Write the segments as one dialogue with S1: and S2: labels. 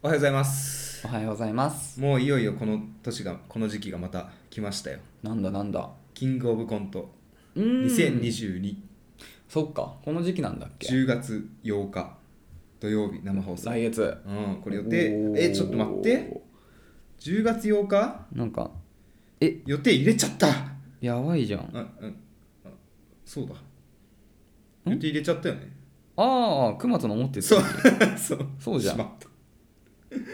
S1: おはようございます
S2: おはようございます
S1: もういよいよこの年がこの時期がまた来ましたよ
S2: なんだなんだ
S1: キングオブコント
S2: うーん
S1: 202210
S2: そっかこの時期なんだっけ
S1: 月8日土曜日生放送
S2: 来月
S1: うんこ
S2: こ
S1: れ予定えちょっと待って10月8日
S2: なんかえ
S1: 予定入れちゃった
S2: やばいじゃん
S1: あああそうだ予定入れちゃったよね
S2: ああ熊との思って
S1: そう
S2: た
S1: そう
S2: そうじゃん
S1: しまっ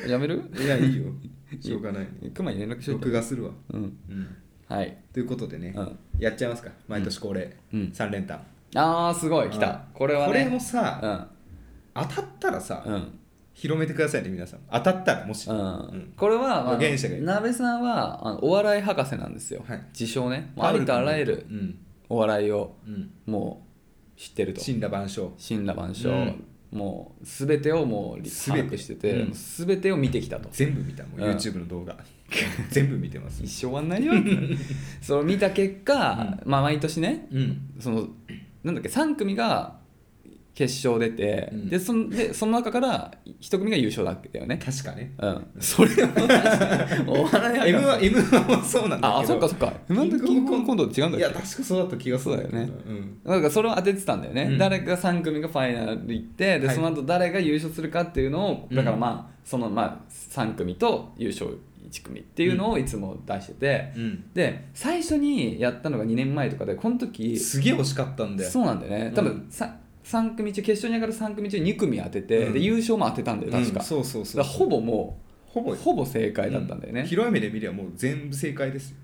S2: やめる
S1: たいやいい よしょうがない
S2: 熊に連絡しといて
S1: 録画するわ
S2: うん
S1: うん
S2: はい
S1: ということでね、
S2: うん
S1: やっちゃいますか毎年恒例、
S2: うん
S1: 3連単
S2: ああすごい来
S1: うん
S2: たこれは
S1: これ
S2: ね
S1: もさ、当たったらさ、
S2: うんうん
S1: 広めてくださいね皆さん当たったらもし、
S2: う
S1: うん
S2: ん、これは、まあ、
S1: 原社がいる
S2: なべさんはあのお笑い博士なんですよ、
S1: はい
S2: 自称ねもうありとあらゆる
S1: うん
S2: お笑いを
S1: うん
S2: もう知ってると
S1: 神羅万象
S2: 神羅万象、
S1: うん
S2: もう全てをもう理
S1: 全て
S2: 把握してて、
S1: うん
S2: もう全てを見てきたと
S1: 全部見たもう
S2: うん
S1: YouTube の動画全部見てます
S2: 一生終わんないよ その見た結果、まあ、毎年ね
S1: うん
S2: そのなんだっけ3組が決勝出て、
S1: うん
S2: でそんでその中から1組が優勝だったよね、
S1: 確かね
S2: うん、それは確か にお笑い
S1: M
S2: 博士
S1: は M はそうなんだけど
S2: ああそっかそっか今の時キングオブコントと違うんだっ
S1: い
S2: け
S1: や確かそうだった気がするんけどな
S2: そう
S1: うん
S2: なんかそれを当ててたんだよね、
S1: うん
S2: 誰が3組がファイナル行ってで、
S1: はい
S2: その後誰が優勝するかっていうのを
S1: うん
S2: だからまあそのまあ3組と優勝1組っていうのをいつも出してて、
S1: うん
S2: で最初にやったのが2年前とかでこの時
S1: すげえ惜しかったんだよ
S2: そうなんだよね
S1: うん
S2: 多分さ、三 3, 組中決勝に上がる3組中2組当てて、
S1: うん
S2: で優勝も当てたんだよ確
S1: う
S2: か,、
S1: んそうそうそう
S2: だからほぼも
S1: ほぼ
S2: うほぼ正解だったんだよね、
S1: う広い目で見ればもう全部正解ですよ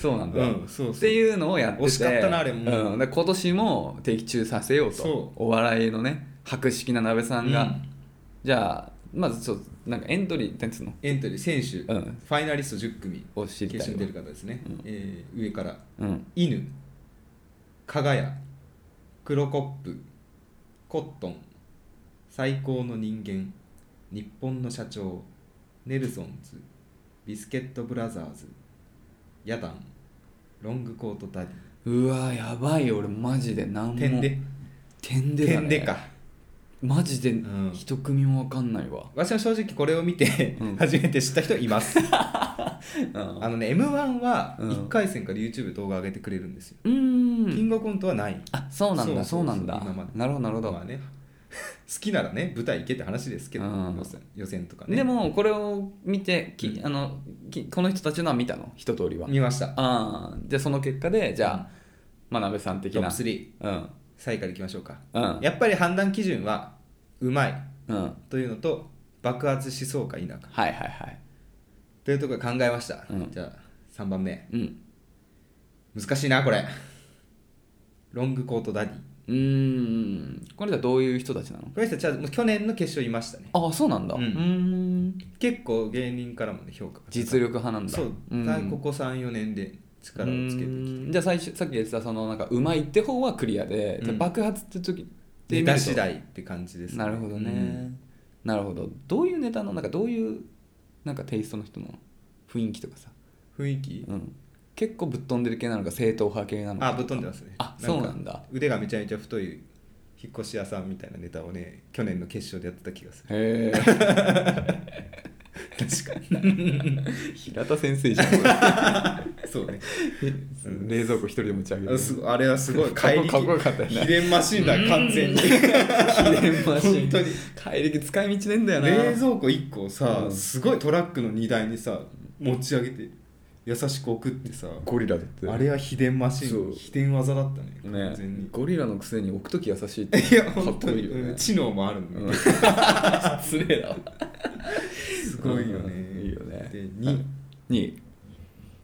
S2: そうなんだよ、
S1: うんそうそう
S2: っていうのをやってて
S1: 惜しかったなあれも
S2: うん、で今年も的中させよう
S1: そ
S2: とお笑いのね博識な鍋さんが、
S1: うん
S2: じゃあまずちょっとなんかエントリーなんつうの
S1: エントリー選手、
S2: う
S1: フ
S2: ん
S1: ァイナリスト10組
S2: を知
S1: 決
S2: りた
S1: 勝
S2: い
S1: に
S2: わ
S1: 出る方ですね、
S2: うん
S1: えー上から
S2: うん
S1: 犬かがや黒コップコットン最高の人間日本の社長ネルソンズビスケットブラザーズヤダンロングコートダデ
S2: うわやばいよ俺マジで何も
S1: ィ点で
S2: 点でだね
S1: 点でか
S2: マジで
S1: ん
S2: 一組も分かんないわ、
S1: 私は正直これを見て、
S2: うん
S1: 初めて知った人います
S2: うん
S1: あのね m 1は
S2: うん
S1: 1回戦から YouTube 動画上げてくれるんですよ、
S2: うー
S1: キン
S2: ん
S1: グオブコントはない
S2: あそうなんだ
S1: そ
S2: そう
S1: そうそう
S2: うなんだ
S1: 今まで
S2: なるほどなるほど、
S1: まあね、 好きならね舞台行けって話ですけど、
S2: うん
S1: 予選予選とかね
S2: でもこれを見てき、
S1: うん
S2: あのきこの人たちのは見たの一通りは
S1: 見ました
S2: ああじゃあその結果でじゃあ真鍋さん的
S1: トッ
S2: な
S1: プ3
S2: うん
S1: 最下位いきましょうか、
S2: うん
S1: やっぱり判断基準はうまい
S2: うんはい
S1: というのと爆発しそうか否か
S2: はいはい
S1: というところで考えました、
S2: うん
S1: じゃあ3番目
S2: うん
S1: 難しいなこれロングコートダディ
S2: うーんこれじゃどういう人たちなの
S1: この人たちはもう去年の決勝いましたね
S2: ああそうなんだ
S1: う
S2: うんーん
S1: 結構芸人からもね評価が高い
S2: 実力派なんだ
S1: そう、
S2: ん
S1: だいここ34年で力をつけて
S2: う
S1: き
S2: ーんじゃあ最初さっき言ってたそのなんかうまいって方はクリアで、
S1: うん
S2: 爆発って時っ
S1: て
S2: て
S1: ネタ
S2: 見ると
S1: 次第って感じですね
S2: なるほどね、
S1: うん
S2: なるほどどういうネタのなんかどういうなんかテイストの人の雰囲気とかさ、
S1: 雰囲気
S2: うん、結構ぶっ飛んでる系なのか正統派系なのか
S1: あぶっ飛んでますね
S2: あ
S1: か
S2: そうなんだ
S1: 腕がめちゃめちゃ太い引っ越し屋さんみたいなネタをね去年の決勝でやってた気がする
S2: へえ
S1: 確か
S2: 平田先生じゃん
S1: にそうねん
S2: 冷蔵庫一人で持ち上げ
S1: あ
S2: る
S1: すごあれはすごい
S2: かっこ
S1: 怪力
S2: かっこよかったよね
S1: 秘伝マシンだ完全に
S2: 秘伝マシン
S1: 本当に
S2: 怪力使い道ねえんだよな
S1: 冷蔵庫1個をさ、
S2: うん
S1: すごいトラックの荷台にさ持ち上げて優しく送ってさ
S2: ゴリラだって
S1: あれは秘伝マシ
S2: そ
S1: ン
S2: う
S1: 秘伝技だったね完全
S2: ね
S1: に
S2: ゴリラのくせに置く時優しいって
S1: いや
S2: かっ
S1: 本
S2: こ
S1: 当
S2: い
S1: に
S2: いよね
S1: うん知能もあるのね、
S2: うん失礼だわ
S1: すごいよね、
S2: うんいいよね
S1: で2
S2: に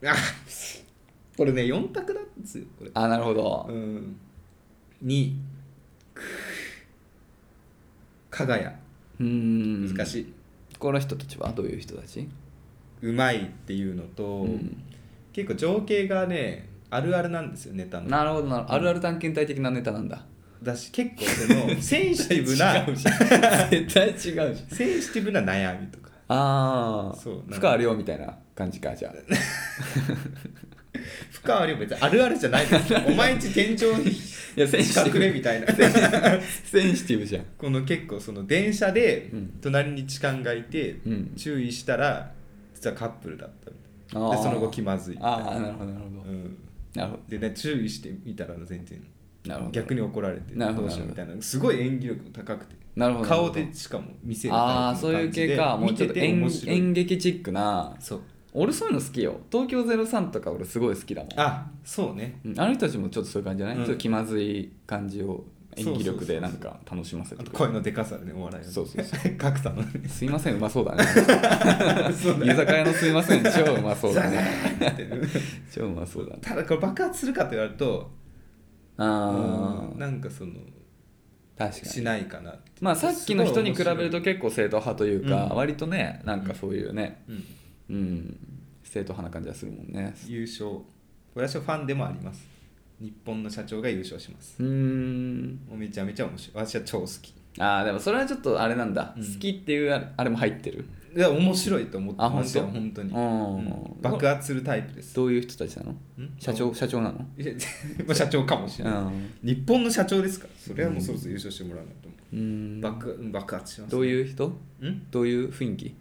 S1: あこれね4択なんですよこれ
S2: あなるほど
S1: うん2かがや
S2: うーん
S1: 難しい、
S2: この人たちはどういう人たち
S1: うまいっていうのと、
S2: うん
S1: 結構情景がねあるあるなんですよネタの
S2: なるほどなるほどあるある探検隊的なネタなんだ
S1: だし結構そ のセンシティブな
S2: 違うじゃ ん絶対違うじゃん
S1: センシティブな悩みとか
S2: ああ
S1: そうなんか
S2: 負荷あるよみたいな感じか じゃあ
S1: 深川亮別にあるあるじゃないですお前んち天井に
S2: いやセンシ
S1: 近
S2: ティ
S1: くね
S2: ブ
S1: みたいな
S2: センシティブじゃん
S1: この結構その電車で
S2: うん
S1: 隣に痴漢がいて
S2: うん
S1: 注意したら実はカップルだったみたい
S2: あ
S1: な
S2: ー
S1: でその後気まずいみたい
S2: ああなるほどなるほど
S1: うん
S2: なるほ
S1: でね注意してみたら全然
S2: どなるほど
S1: 逆に怒られて
S2: なるほど
S1: うしようみたいなすごい演技力も高くて
S2: なるほど
S1: 顔でしかも見せる
S2: あ
S1: タ
S2: あー
S1: イプ
S2: そう
S1: の
S2: いう
S1: 感じで
S2: 系かもう
S1: 見
S2: ち
S1: て
S2: ょっと
S1: て
S2: 演
S1: 面白い
S2: 演劇チックな
S1: そう
S2: 俺そういうの好きよ東京03とか俺すごい好きだもん
S1: あそうね
S2: うんあの人たちもちょっとそういう感じじゃない、
S1: うん
S2: ちょっと気まずい感じを演技力で
S1: そうそうそうそう
S2: なんか楽しませ
S1: あ
S2: て
S1: と
S2: くれ
S1: 声
S2: る
S1: のでかさでねお笑いの
S2: そうそうそ
S1: 格差のね
S2: すいませんうまそ うだね 居酒屋のすいません超うまそうだね 超うまそうだね
S1: ただこれ爆発するかと言われると
S2: あ
S1: うん
S2: あ
S1: なんかその
S2: 確か
S1: し
S2: に
S1: ないかなって
S2: まあさっきの人に比べると結構正統派というか、
S1: うん
S2: 割とねなんかそういうね
S1: うん
S2: うん正統派な感じがするもんね
S1: 優勝私はファンでもあります日本の社長が優勝します
S2: うーん
S1: もうめちゃめちゃ面白い私は超好き
S2: ああでもそれはちょっとあれなんだ、
S1: うん
S2: 好きっていうあれあれも入ってる
S1: いや面白いと思って
S2: あ
S1: 私は
S2: 本
S1: 本
S2: 当
S1: 当に、
S2: うん
S1: うん爆発するタイプです
S2: どういう人たちなの
S1: ん
S2: 社長社長なの
S1: いや まあ社長かもしれない、日本の社長ですからそれはもうそろそろ優勝してもらわないと思
S2: う
S1: う、
S2: ん
S1: 爆爆発します
S2: どういう人
S1: うん
S2: どういう雰囲気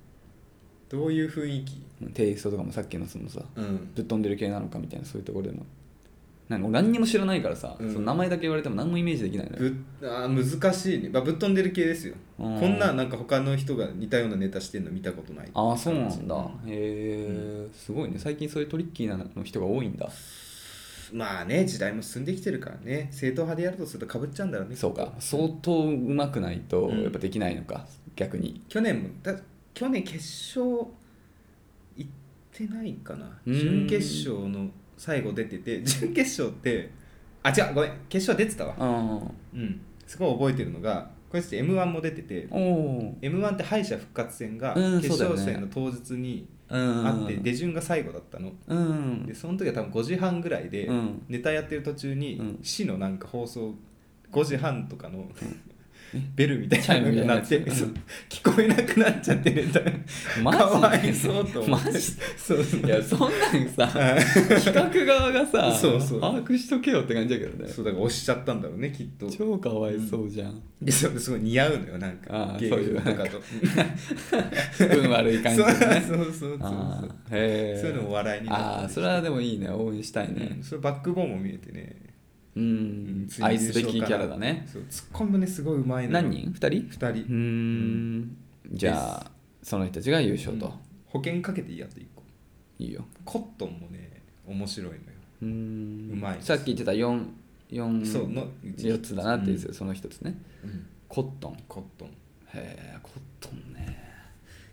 S1: どういう雰囲気
S2: テイストとかもさっきのそのさ
S1: うん
S2: ぶっ飛んでる系なのかみたいなそういうところでのなんか俺何にも知らないからさ、
S1: うん
S2: その名前だけ言われても何もイメージできないのよ
S1: ぶあー難しいね、まあ、ぶっ飛んでる系ですよこ
S2: うん
S1: んななんか他の人が似たようなネタしてるの見たことない
S2: ああそうなんだへえすごいね最近そういうトリッキーなの人が多いんだ
S1: まあね時代も進んできてるからね正統派でやるとするとかぶっちゃうんだろうね
S2: そうか相当うまくないと
S1: うん
S2: やっぱできないのか、逆に
S1: 去年もだ去年決勝行ってないかな
S2: うん
S1: 準決勝の最後出てて準決勝ってあ違うごめん決勝出てたわ
S2: あ
S1: うんすごい覚えてるのがこれちょっと m 1も出てて
S2: あおお
S1: m 1って敗者復活戦が
S2: うん
S1: 決
S2: そうだよね
S1: 勝戦の当日に
S2: うん
S1: あって出順が最後だったの
S2: うん
S1: でその時は多分5時半ぐらいで
S2: うん
S1: ネタやってる途中
S2: う
S1: に
S2: ん
S1: 市のなんか放送5時半とかの ベルみた
S2: チャ
S1: い
S2: イ
S1: な
S2: ムみ
S1: の
S2: たい
S1: が
S2: な
S1: 鳴
S2: や
S1: っ
S2: つ
S1: てそう聞こえなくなっちゃってネタ
S2: マジ
S1: かわいそうと思って
S2: マジ
S1: そうそう
S2: いや そんな んさ企画側がさ
S1: そうそう
S2: 把握しとけよって感じだけどね
S1: そうだから押しちゃったんだろうねきっと
S2: 超かわいそうじゃん、
S1: でそれすごい似合うのよなん
S2: あ
S1: か
S2: ー
S1: 芸
S2: そういう
S1: 人とかと
S2: 運悪い感じでね
S1: そうそうそうそう
S2: あ
S1: そう
S2: ーへえ
S1: そういうのも笑いになった
S2: ああ
S1: りして
S2: それはでもいいね応援したい
S1: うん
S2: ね
S1: それバックボーンも見えてね
S2: うん、
S1: ついに優
S2: 愛
S1: 勝
S2: すべきキャラだ
S1: か
S2: ね
S1: なそうツッコミもねすごいうまいのよ
S2: 何人2人
S1: 二
S2: うー
S1: 人
S2: んじゃあその人たちが優勝と、
S1: 保険かけていいやと一個
S2: いいよ
S1: コットンもね面白いのよ
S2: うーん
S1: うまいです
S2: さっき言ってた4四
S1: そうのうち
S2: 4つだなって言うんですよ、その一つね
S1: うん
S2: コットン
S1: コットン
S2: へえコットンね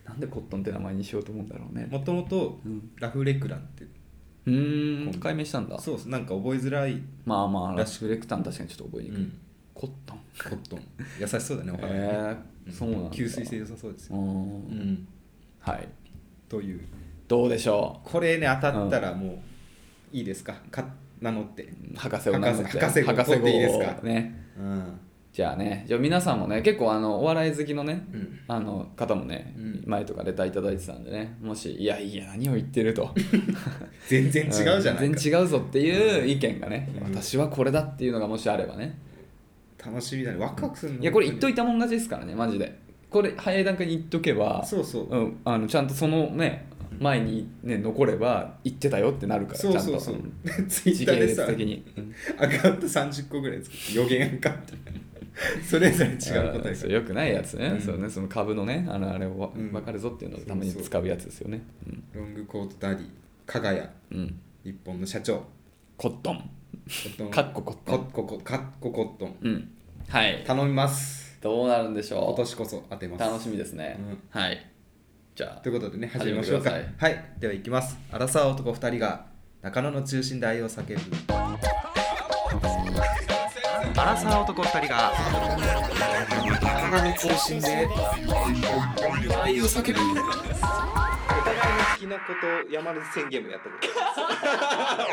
S2: なんでコットンって名前にしようと思うんだろうね
S1: もともと
S2: うん
S1: ラフレクランって
S2: うーん解明したんだ
S1: そうそうなんか覚えづらい、
S2: まあまあラ
S1: ら
S2: ッ
S1: し
S2: シュレクタン確かにちょっと覚えにくい、コットン
S1: コットン優しそうだねお肌ね
S2: へえ
S1: ん
S2: そうなんだ
S1: 吸水性良さそうです
S2: う
S1: よ、
S2: ー
S1: うん
S2: んはい
S1: という
S2: どうでしょ
S1: これね当たったらもういいですかか名乗って、
S2: う博士を名乗って
S1: 博士博士号
S2: 博士
S1: 取っていいですか
S2: 号をね
S1: うん
S2: じゃあねじゃあ皆さんもね結構あのお笑い好きのね
S1: うん、
S2: あの方もね、
S1: うん
S2: 前とかレターいただいてたんでねもしいやいや何を言ってると
S1: 全 然違うじゃないか、
S2: うん全然違うぞっていう意見がね、
S1: うん
S2: 私はこれだっていうのがもしあればね、
S1: 楽しみだねワクワクするの
S2: いやこれ言っと
S1: い
S2: いたもん勝ちですからねマジでこれ早い段階に言っとけば
S1: そうそう、
S2: うん、あのちゃんとそのね前に、ね、残れば言ってたよってなるから
S1: そうそう
S2: ち
S1: そ
S2: ゃ
S1: うん
S2: とん
S1: ツイ
S2: 時
S1: ッタ
S2: 系
S1: ーでさ
S2: 列的に、うん
S1: アカウント30個ぐらい作って予言アカウントそれぞれ違う答
S2: あ
S1: え
S2: ー
S1: が
S2: そうよくないやつね,、
S1: うん
S2: そうねその株のねあのあれをわ
S1: うん
S2: 分かるぞっていうのをたまに使うやつですよねうん、
S1: ロングコートダディ、加賀谷、
S2: うん、
S1: 日本の社長、コ
S2: コットン
S1: ットン
S2: かっこコッ
S1: コ
S2: トン
S1: ッココカッココットン、
S2: うんはい
S1: 頼みます。
S2: どうなるんでしょ
S1: 今
S2: う
S1: 年こそ当てます。
S2: 楽しみですね、
S1: う
S2: はいじゃ
S1: ということでね、始めましょうか。
S2: 始めて
S1: はい、では行きます。荒沢男2人が中野の中心で愛を叫ぶ。荒沢男2人が中野の中心で愛を叫ぶ。お互いの好きなことを山根宣言もやった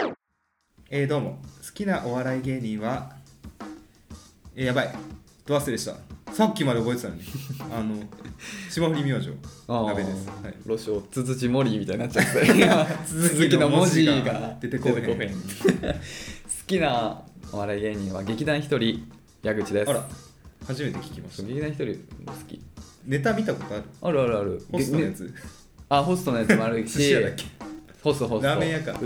S1: こと えー、どうも好きなお笑い芸人はえー、やばいど忘れしたさっきまで覚えてたのに あの霜降り明星
S2: あ
S1: 鍋です、はい、
S2: ロシオつづちモリーみたいになっち ゃって続きの文字が
S1: 出てこうへん
S2: 出てこうへん好きなお笑い芸人は劇団ひとり矢口です
S1: あら初めて聞きま
S2: そ
S1: した
S2: う劇団ひとり好き
S1: ネタ見たことある
S2: あるあるある
S1: ホストのやつ
S2: あホストのやつもあるし
S1: 寿司屋だっけ
S2: ホストホスト
S1: ラーメン屋か
S2: う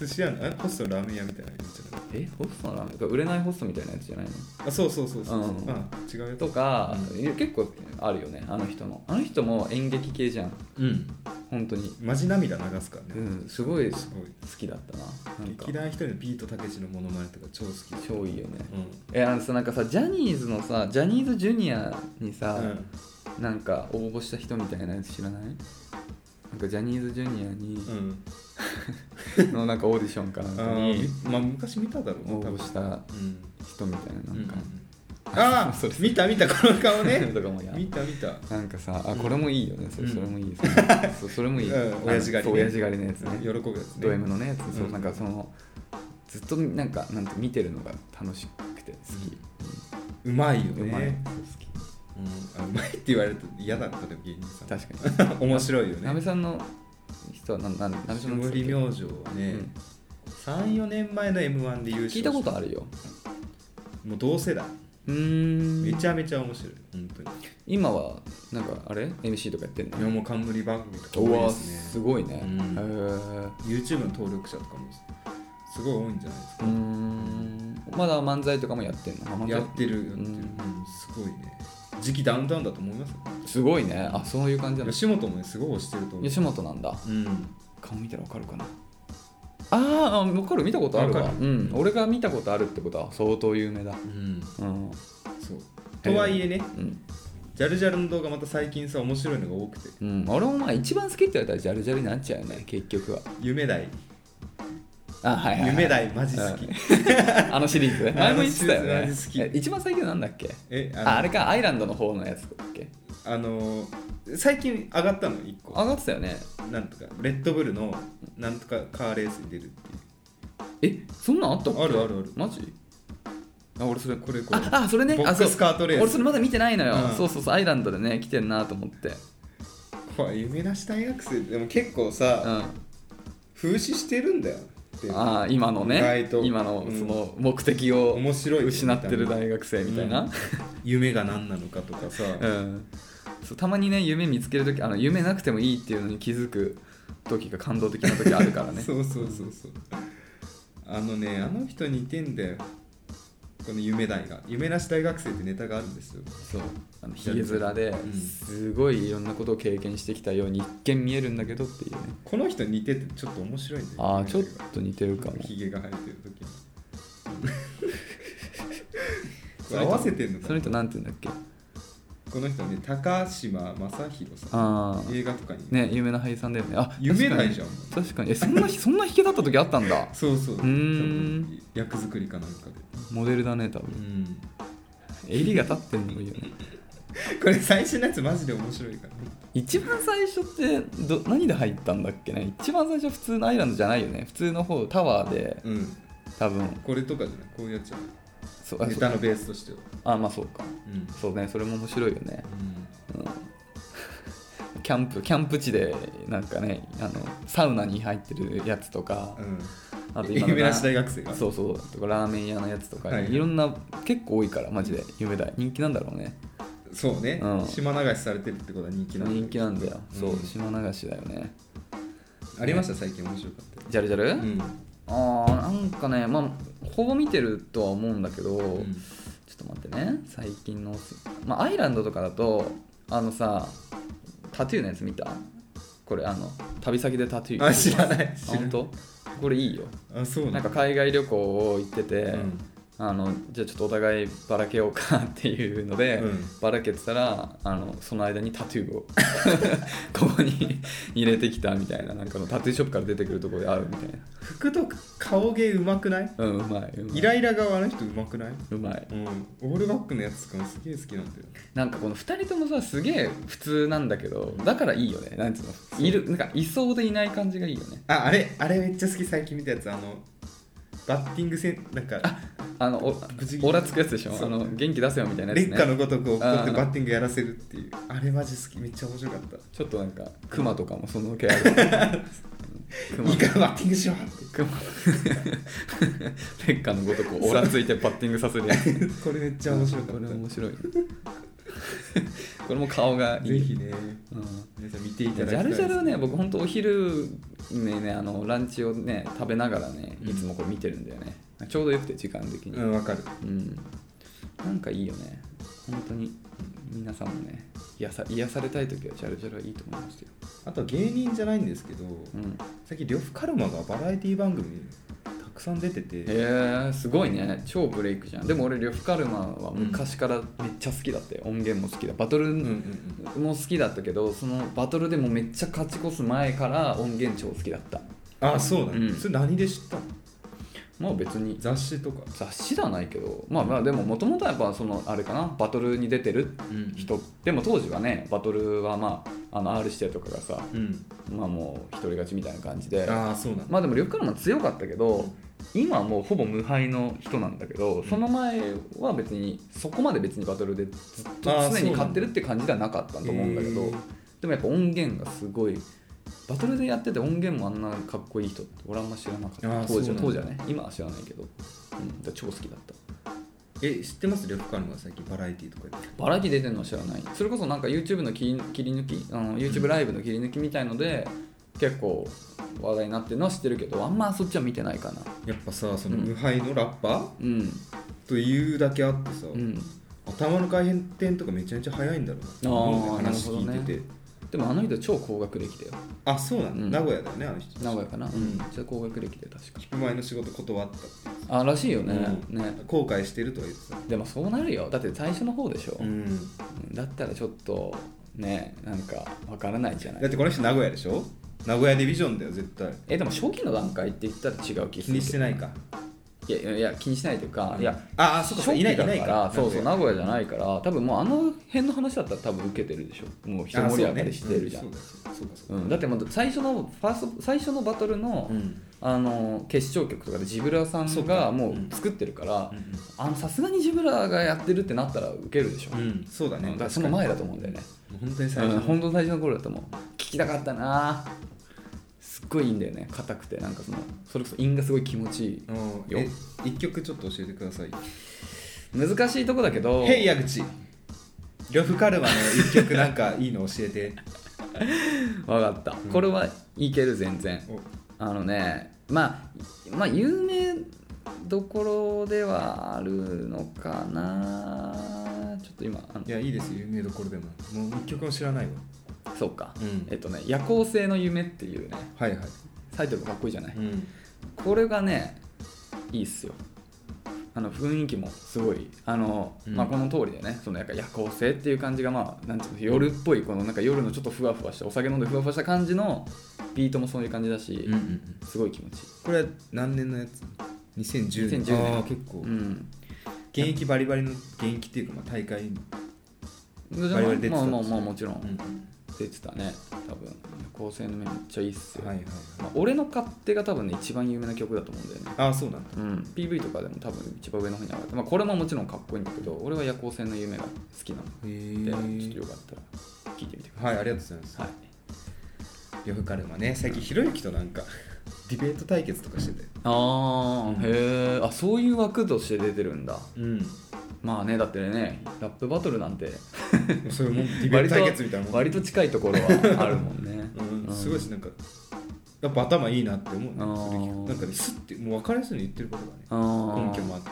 S1: 寿司屋のあホストのラーメン屋みたいなやつじゃない
S2: えホストのラーメン売れないホストみたいなやつじゃないの
S1: あそうそうそうそうそう、
S2: うん
S1: あ違うやつ
S2: とか、結構あるよねあの人もあの人も演劇系じゃん
S1: うん
S2: 本当に
S1: マジ涙流すから
S2: う
S1: ね、
S2: んすごい好
S1: すごい
S2: きだったななんか
S1: 劇団一人のビートたけしのモノマネとか超好き
S2: 超いいよね
S1: う
S2: えあのさなんかさジャニーズのさジャニーズジュニアにさ、
S1: ん、うん
S2: なんか応募した人みたいなやつ知らないなんかジャニーズジュニアに、
S1: うん
S2: のなんかオーディションかなんかに
S1: あーまあ昔見ただろうな
S2: 応
S1: 多
S2: 募
S1: 分
S2: した
S1: うん
S2: 人みたいななんか、
S1: ああ
S2: そうです
S1: 見た見たこの顔ね
S2: とかもや
S1: 見た見た
S2: なんかさあこれもいいよねそれ,、
S1: うん
S2: それも いいですそうそれもいい、
S1: うん
S2: あの
S1: 親父狩りね
S2: そう親父狩りのやつね
S1: 喜ぶやつね
S2: ド M のねやつそう
S1: うん
S2: なんかそのずっとなんかなんて見てるのが楽しくて好
S1: うまいよ
S2: き、うまい
S1: ね
S2: 好き
S1: うんあうまいって言われると嫌だったでも芸人さん
S2: 確 かに
S1: 面白いよ
S2: なべ
S1: ね
S2: さんの人はなんなんなべさん
S1: 霜
S2: の
S1: 降り明星はね、
S2: うん
S1: 34年前の m 1で優勝
S2: 聞いたことあるよ
S1: もう同世代
S2: うー
S1: め
S2: ん
S1: ちゃめちゃ面白い本当に
S2: 今はなんかあれ MC とかやってん
S1: いや
S2: の
S1: もう冠番組とか
S2: う
S1: 多い
S2: わ
S1: です
S2: す
S1: ね
S2: ごいねへ
S1: うん
S2: ー
S1: YouTube の登録者とかもすごい多いんじゃないですか
S2: うーんまだ漫才とかもやってんのあ漫才
S1: やってるやってる、
S2: うん
S1: うんすごいね時期ダウンタウンだと思いますよ
S2: すごいねあそういう感じなの
S1: 吉本もねすごい推してると思う
S2: 吉本なんだ
S1: うん
S2: 顔見たらわかるかなああ分かる見たことあるわ
S1: わかる
S2: うん、俺が見たことあるってことは相当有名だ
S1: うん
S2: うん、
S1: そうとはいえね
S2: うん
S1: ジャルジャルの動画また最近さ面白いのが多くて
S2: うん、俺もまあ一番好きって言われたらジャルジャルになっちゃうよね結局は
S1: 夢台
S2: あはいはい、はい、
S1: 夢台マジ好き
S2: あのシリーズね前も言ってたよ
S1: あのシリーズ
S2: ね
S1: マジ好き
S2: え一番最近なんだっけ
S1: え
S2: あ
S1: あの
S2: あれかアイランドの方のやつだっけ
S1: あのー最近上がったの1個
S2: 上がってたよね
S1: なんとかレッドブルのなんとかカーレースに出るっていう
S2: えそんなんあったっけ
S1: あるあるある
S2: マジあ俺それ
S1: これこれ
S2: ああそれね
S1: ボックスカートレ
S2: あ
S1: ー
S2: そう俺そ
S1: ス
S2: れまだ見てないのよ、
S1: うん
S2: そうそうそうアイランドでね来てんなと思って
S1: これ夢なし大学生でも結構
S2: う
S1: さ
S2: ん
S1: 風刺してるんだよって
S2: ああ今の
S1: 意
S2: ね
S1: 外と
S2: 今の
S1: うん
S2: その目的を
S1: 面白いよね
S2: 失ってる大学生みたいな、
S1: 夢が何なのかとかさ
S2: うんそうたまにね夢見つける時あの夢なくてもいいっていうのに気づく時が感動的な時あるか らね
S1: そうそうそうそうあのねあの人似てんだよこの夢大が夢なし大学生ってネタがあるんですよ
S2: そうあのひげ面で
S1: うん
S2: すごいいろんなことを経験してきたように一見見えるんだけどっていうね
S1: この人似ててちょっと面白いんだよ
S2: ああちょっと似てるかも
S1: ひげが生えてる時のこ
S2: そ
S1: れ合
S2: の人
S1: わせてんのか
S2: その
S1: な
S2: 人なんて言うんだっけ
S1: この人ね高島正宏さん
S2: ああ
S1: 映画とかに、
S2: ね有名な俳優さんだよねあ
S1: 夢ないじゃん
S2: 確かに確かにえそんなそんなひげだった時あったんだ
S1: そうそう
S2: ん
S1: 役作りかなんかで
S2: モデルだね多分
S1: うん
S2: 襟が立ってんのもいい よね
S1: これ最新のやつマジで面白いから
S2: 一番最初ってど何で入ったんだっけね一番最初普通のアイランドじゃないよね普通の方タワーで
S1: うん
S2: 多分
S1: これとかじゃないこういうやつじゃない
S2: そうあ
S1: ネ
S2: そ
S1: タ
S2: う
S1: のベースとしては
S2: あまあそうか
S1: うん
S2: そうねそれも面白いよねキャンプキャンプ地でなんかねあのサウナに入ってるやつとか
S1: うん
S2: あと今の
S1: 夢
S2: ラ
S1: なし大学生が
S2: そうそうとかラーメン屋のやつとか、
S1: はいい
S2: ろんな結構多いからマジで夢だ人気なんだろうね
S1: そうね、
S2: うん
S1: 島流しされてるってことは人気なんだ
S2: 人気なんだよ、
S1: うん
S2: そう島流しだよね
S1: ありました最近面白かっ
S2: ジャルジャル、
S1: たうん、
S2: あーなんかねまあほぼ見てるとは思うんだけど、
S1: う
S2: ちょ
S1: ん
S2: っと待ってね最近の、まあ、アイランドとかだとあのさタトゥーのやつ見たこれあの旅先でタトゥー
S1: あ知らない知らな
S2: 本
S1: い
S2: 当これいいよ
S1: あそう
S2: なん
S1: だ
S2: か海外旅行を行ってて、
S1: うん
S2: あのじゃあちょっとお互いばらけようかっていうので、
S1: うん
S2: ばらけてたらあのその間にタトゥーを ここに入れてきたみたいななんかのタトゥーショップから出てくるところで会うみたいな
S1: 服と顔芸うまくない
S2: うんうまいうまい
S1: イライラがあの人うまくないう
S2: まい
S1: うんオールバックのやつとかもすげえ好きなんだよ
S2: なんかこの2人ともさすげえ普通なんだけどだからいいよねなんつうのいるなんかいそうでいない感じがいいよね
S1: ああれあれめっちゃ好き最近見たやつあのバッティング戦なんか
S2: あのお
S1: ぶち切り
S2: オラつくやつでしょ
S1: そう
S2: あの元気出せよみたいなや
S1: 烈
S2: つ
S1: 火
S2: ね
S1: のごとく怒って
S2: あー
S1: バッティングやらせるっていうあれマジ好きめっちゃ面白かった
S2: ちょっとなんかクマとかもその気ある、熊
S1: いいからバッティングしろって
S2: 熊 ペッカのごとくオラついてバッティングさせるやつめっ
S1: これめっちゃ面白かっ
S2: これ面
S1: た
S2: 白いねこれも顔がい
S1: ぜ
S2: い、
S1: ひね
S2: うん
S1: 皆さん見てい
S2: ジ
S1: ただきた
S2: ャ
S1: いで
S2: ル
S1: す
S2: ジャルはね僕ほんとお昼にねあのランチをね食べながらねいつもこれ見てるんだよね、ちょうどよくて時間的に
S1: うんわかる
S2: うん、なんかいいよね本当に皆さんもね癒さ癒されたい時はジャルジャルはいいと思いますよ、
S1: あとは芸人じゃないんですけど
S2: うん、
S1: 最近呂布カルマがバラエティ番組にたくさん出て
S2: へ
S1: て
S2: えすごいね超ブレイクじゃんでも俺呂布カルマは昔からめっちゃ好きだって、音源も好きだバトル
S1: うんうん
S2: も好きだったけど、そのバトルでもめっちゃ勝ち越す前から音源超好きだった
S1: あそうなの、
S2: うん
S1: それ何で知ったの
S2: まあ別に
S1: 雑誌とか
S2: 雑誌ではないけどまあまあでももともとはやっぱそのあれかなバトルに出てる人でも当時はねバトルはまああの R 指定とかがさ
S1: うん
S2: まあもう独り勝ちみたいな感じで
S1: ああそうなの
S2: まあでも呂布カルマ強かったけど今はもうほぼ無敗の人なんだけどその前は別にそこまで別にバトルでずっと
S1: あー
S2: 常
S1: そうなんだ
S2: に勝ってるって感じではなかったと思うんだけ
S1: へ
S2: ど
S1: ー
S2: でもやっぱ音源がすごいバトルでやってて音源もあんなかっこいい人って俺あんま知らなかった
S1: あー
S2: 当時
S1: そうな
S2: は
S1: んだ
S2: 当時はね今は知らないけど、うん、だから超好きだった
S1: え知ってます呂布カルマ最近バラエティとかやってる
S2: バラエティ出てるのは知らないそれこそなんか YouTube の切り切り抜きあの YouTube ライブの切り抜きみたいので結構話題になってるのは知ってるけどあんまそっちは見てないかな
S1: やっぱさその
S2: うん
S1: 無敗のラッパー
S2: うん
S1: というだけあってさ、
S2: うん
S1: 頭の回転とかめちゃめちゃ早いんだろうな
S2: あー
S1: 思うんだよ話聞いてて、
S2: なでもあの人超高学歴だよ
S1: あそうなの、
S2: うん
S1: 名古屋だよねあの人
S2: 名古屋かな、うんん、じゃあ高学歴で確か
S1: 聞く前の仕事断ったって
S2: あらしいよね、
S1: うん
S2: ね
S1: 後悔してるとは言ってた
S2: でもそうなるよだって最初の方でしょ、
S1: ん
S2: だったらちょっとねなんかわからないじゃな
S1: だ
S2: い
S1: ってこの人名古屋でしょ名古屋ディビジョンだよ絶対
S2: えでも初期の段階って言ったら違う気
S1: 気にして
S2: ない
S1: ないか
S2: いやいやいや気にしないというかいや
S1: ああそうかそうか
S2: 初
S1: い
S2: 期
S1: な
S2: だ
S1: いか
S2: か
S1: い
S2: ら
S1: ないか
S2: そうそう
S1: 名
S2: 名古屋じゃないから多分もうあの辺の話だったら多分受けてるでしょもう人
S1: 古屋
S2: 盛り上がりしてるじゃん
S1: あそうねうんそうだそう
S2: う
S1: だ
S2: ん、だってもう最初のファースト最初のバトルの,、あの決勝曲とかでジブラさ
S1: そうんか
S2: がも
S1: うん
S2: う作ってるからあのさすがにジブラがやってるってなったらウケるでしょ、
S1: うんうんそうだ
S2: うん
S1: ね
S2: だからその前だと思うんだよね、
S1: 本当に最
S2: うん、
S1: 初
S2: 本当の最初の頃だと思う聞きたかったなすっごいいいんだよね硬くてなんかそのそれこそ韻がすごい気持ちいい
S1: うん
S2: よ
S1: え一曲ちょっと教えてください
S2: 難しいとこだけど
S1: ヘイ矢口呂布カルマの一曲 なんかいいの教えて
S2: わかった
S1: ん
S2: これはいける全然
S1: お
S2: あのねまあまあ有名どころではあるのかなちょっと今あの
S1: いやいいですよ有名どころでももう一曲も知らないわ
S2: そうか、
S1: うん
S2: えっとね「夜行性の夢」っていうね
S1: はいはい
S2: タイトルがかっこいいじゃない、
S1: うん
S2: これがねいいっすよあの雰囲気もすごいあの、
S1: うん
S2: まあ、この通りでねそのやっぱ夜行性っていう感じがまあなんていうの夜っぽいこのなんか夜のちょっとふわふわしたお酒飲んでふわふわした感じのビートもそういう感じだし、
S1: うんうんうん
S2: すごい気持ちいい
S1: これは何年のやつ2010年
S2: 2010年
S1: あー結構、
S2: うん
S1: 現役バリバリの現役っていうかまあ大会、
S2: ま
S1: バ
S2: あ
S1: リバリ出てた
S2: まあ
S1: んですよ
S2: まあまあもちろん、
S1: ん、
S2: 出てたね多分構成の面めっちゃいいっすよ、
S1: はいはいはい
S2: まあ、俺の勝手が多分ね一番有名な曲だと思うんだよね
S1: ああそうなんだ
S2: うん、PV とかでも多分一番上の方に上がって、まあ、これももちろんかっこいいんだけど俺は夜行性の夢が好きなの
S1: へ
S2: で、ちょっ
S1: ー
S2: とよかったら聞いてみてくださ
S1: はいありがとうございます
S2: い、はい、
S1: 呂布カルマね最近ひろゆきとなんかディベート対決とかしてて
S2: ああへえあそういう枠として出てるんだ
S1: うん
S2: まあねだってねラップバトルなんて
S1: そういうもんディベート対決みたいなもん
S2: 割と近いところはあるもん ね
S1: うん、すごいしなんかやっぱ頭いいなって思うね
S2: あー
S1: それ聞くなんかねスッてもう分かりやすいの言ってることがね
S2: あー
S1: 根拠もあって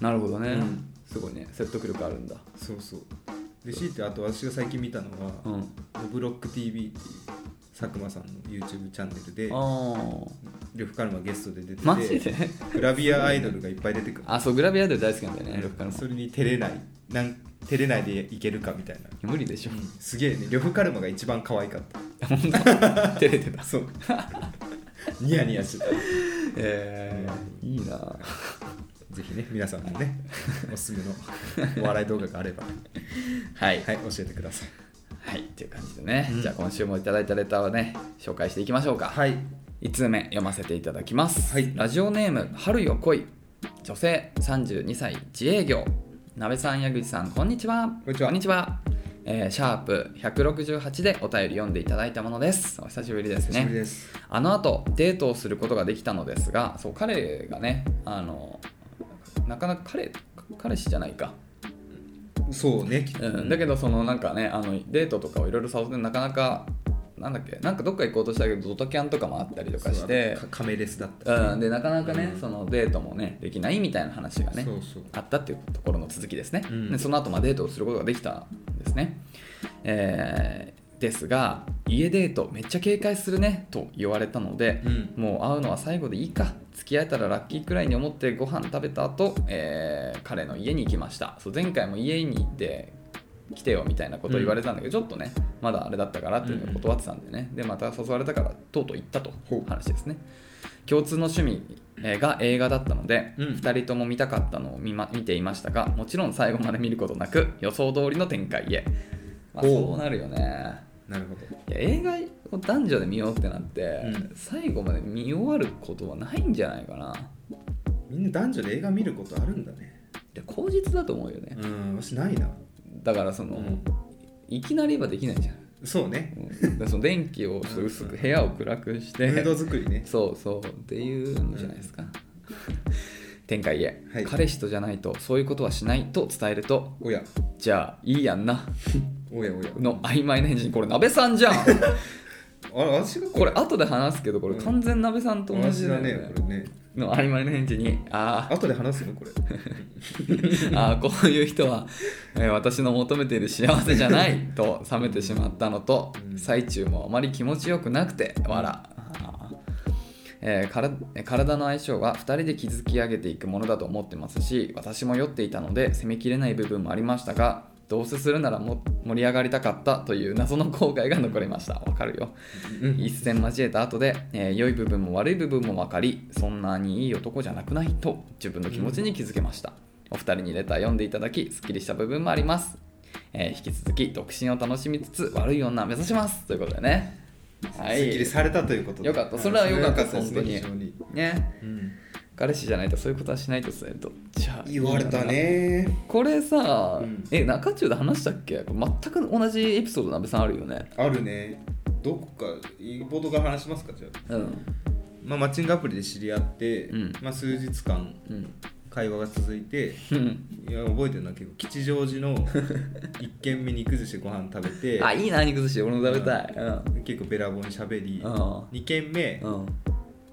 S2: なるほどね、
S1: うん
S2: すごいね説得力あるんだ
S1: そうそうで強いてあと私が最近見たのは
S2: うんあ
S1: 「ブロック TV」っていう佐久間さんの YouTube チャンネルで
S2: あ
S1: 呂布カルマゲストで出てて
S2: マジで
S1: グラビアアイドルがいっぱい出てくる
S2: あそうグラビアアイドル大好きなんだよね呂布カルマ
S1: それに照れないなん照れないでいけるかみたいな、
S2: 無理でしょ
S1: すげえね呂布カルマが一番可愛かっ
S2: 本当照 れてた
S1: た そうニヤニヤしてた
S2: えー、いいな
S1: ぜひね皆さんもねおすすめのお笑い動画があればは
S2: はいはい、
S1: い教えてください
S2: っていう感じでね、
S1: うん
S2: じゃあ今週もいただいたレターをね紹介していきましょうか、
S1: はい
S2: 1通目読ませていただきます、
S1: はい
S2: ラジオネーム春よ来い女性32歳自営業なべさん矢口さんこんにちは
S1: こんにちは
S2: こんにちはえーシャープ168でお便り読んでいただいたものですお久しぶりです
S1: 久しぶり
S2: ね
S1: です。
S2: あのあとデートをすることができたのですがそう彼がねあのなかなか彼彼氏じゃないか
S1: そうね。
S2: うん、だけどそのなんかねあのデートとかをいろいろ誘ってなかなかなんだっけなんかどっか行こうとしたけどドタキャンとかもあったりとかして
S1: そうカメレスだった。
S2: う、ん、でなかなかね、
S1: うん
S2: そのデートもねできないみたいな話がね
S1: そうそう。
S2: あったっていうところの続きですね、
S1: うん
S2: でその後まあデートをすることができたんですね、えーですが家デートめっちゃ警戒するねと言われたので、
S1: うん。
S2: もう会うのは最後でいいか付き合えたらラッキーくらいに思ってご飯食べた後、えー彼の家に行きましたそう前回も家に行って来てよみたいなことを言われたんだけど、ちょっとねまだあれだったからっていうのを断ってたんでね、でまた誘われたからとうとう行ったと
S1: ほう
S2: 話ですね共通の趣味えーが映画だったので、
S1: うん
S2: 2人とも見たかったのを見,、ま、見ていましたがもちろん最後まで見ることなく予想通りの展開へ、まあ、
S1: ほう
S2: そうなるよね
S1: なるほど。
S2: いや映画を男女で見ようってなって、
S1: うん
S2: 最後まで見終わることはないんじゃないかな
S1: みんな男女で映画見ることあるんだね。
S2: で口実だと思うよね、
S1: うん、私ないな。
S2: だからその、
S1: うん
S2: いきなりはできないじゃん、
S1: そうね。
S2: うんでその電気を薄く部屋を暗くし
S1: ム
S2: て
S1: ード作りね。
S2: そうそうっていうのじゃないですか、展開へ、
S1: はい
S2: 彼氏とじゃないとそういうことはしないと伝えると
S1: おや、
S2: じゃあいいやんな
S1: おやおや。
S2: の曖昧な返事にこれ鍋さ んじゃん
S1: あれ、私が
S2: これ後で話すけどこれ完全鍋さんと同じ
S1: 私
S2: だ
S1: だ
S2: よね
S1: ね、これね。
S2: の曖昧な返事にあー
S1: 後で話すのこれ。
S2: あーこういう人は、えー私の求めている幸せじゃないと冷めてしまったのと、
S1: うん
S2: 最中もあまり気持ちよくなくて笑あーえーからえー体の相性は2人で築き上げていくものだと思ってますし私も酔っていたので責めきれない部分もありましたがどうせするならも盛り上がりたかったという謎の後悔が残りましたわかるよ
S1: うん
S2: 一戦交えた後で、えー良い部分も悪い部分も分かりそんなにいい男じゃなくないと自分の気持ちに気づけました、お二人にレター読んでいただきすっきりした部分もあります、えー引き続き独身を楽しみつつ悪い女を目指しますということでねは
S1: すっきり
S2: い
S1: されたということで
S2: よかったそれはよかった
S1: それは
S2: 本当に
S1: 非常に。
S2: ね
S1: うん
S2: 彼氏じゃないとそういうことはしないとするとじゃあ
S1: 言われたね。
S2: これさ、
S1: うん
S2: え中中で話したっけこれ全く同じエピソードなべさんあるよね
S1: あるね。どこか、冒頭から話しますか、じゃあ。
S2: うん
S1: まあ、マッチングアプリで知り合って、
S2: うん
S1: まあ、数日間
S2: うん
S1: 会話が続いて
S2: うん
S1: いや覚えてるのは結構吉祥寺 の一軒目肉寿司ご飯食べて
S2: あいいな肉寿司俺も食べたいうん
S1: 結構べらぼうにしゃべり、
S2: うん
S1: 二軒目、
S2: うん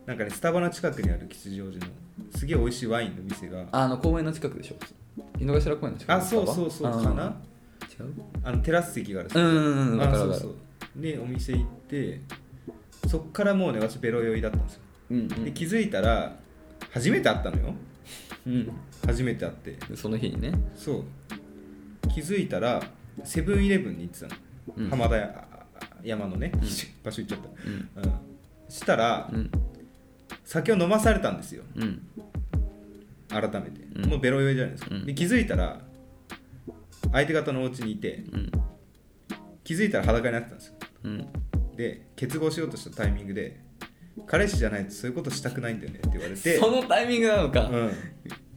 S1: なんかねスタバの近くにある吉祥寺のすげえ美味しいワインの店が
S2: あの公園の近くでしょ井の頭公園の近く
S1: あそうそうそう
S2: あー
S1: かな
S2: 違う
S1: あのテラス席がある
S2: うんうんうんわ
S1: あ
S2: かる
S1: そ
S2: わ
S1: う
S2: かる
S1: そうでお店行ってそっからもうね私ベロ酔いだったんですよ
S2: うんうん
S1: で気づいたら初めて会ったのよ
S2: うん
S1: 初めて会って
S2: でその日にね
S1: そう気づいたらセブンイレブンに行ってたの、
S2: うん
S1: 浜田や山のね、
S2: ん
S1: 場所行っちゃっ
S2: うん
S1: た、うん、したら
S2: うん
S1: 酒を飲まされたんですよ
S2: うん
S1: 改めて、
S2: うん
S1: もうベロ酔いじゃないですか、
S2: うん
S1: で気づいたら相手方のお家にいて
S2: うん
S1: 気づいたら裸になってたんですよ
S2: うん
S1: で結合しようとしたタイミングで彼氏じゃないとそういうことしたくないんだよねって言われて
S2: そのタイミングなのか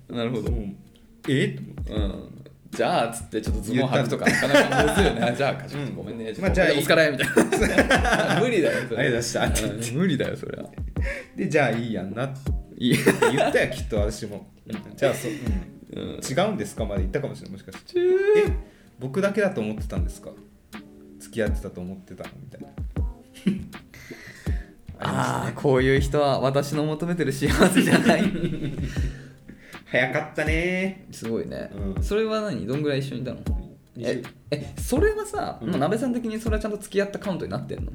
S1: うん、
S2: なるほど
S1: もうえっと思って
S2: うんじゃあっつってちょっとズボン履くとかなかなかむずいよ ねじゃあかしこ
S1: うん
S2: ごめんね
S1: まあじゃあ
S2: お疲れみたい な無
S1: あり
S2: 理だよそれ
S1: がとうございました
S2: うん無理だよそれは
S1: でじゃあいいやんなって
S2: いや
S1: 言ったよきっと私も、うんじゃあそ、うん
S2: うん
S1: 違うんですかまで言ったかもしれないもしかして
S2: チュー
S1: え僕だけだと思ってたんですか付き合ってたと思ってたのみたいな
S2: あ
S1: ありま
S2: あこういう人は私の求めてる幸せじゃ ない
S1: すね早かったね
S2: すごいね
S1: うん
S2: それは何どんぐらい一緒にいたのえ
S1: 20
S2: えそれはさ、
S1: うん
S2: もう鍋さん的にそれはちゃんと付き合ったカウントになってんの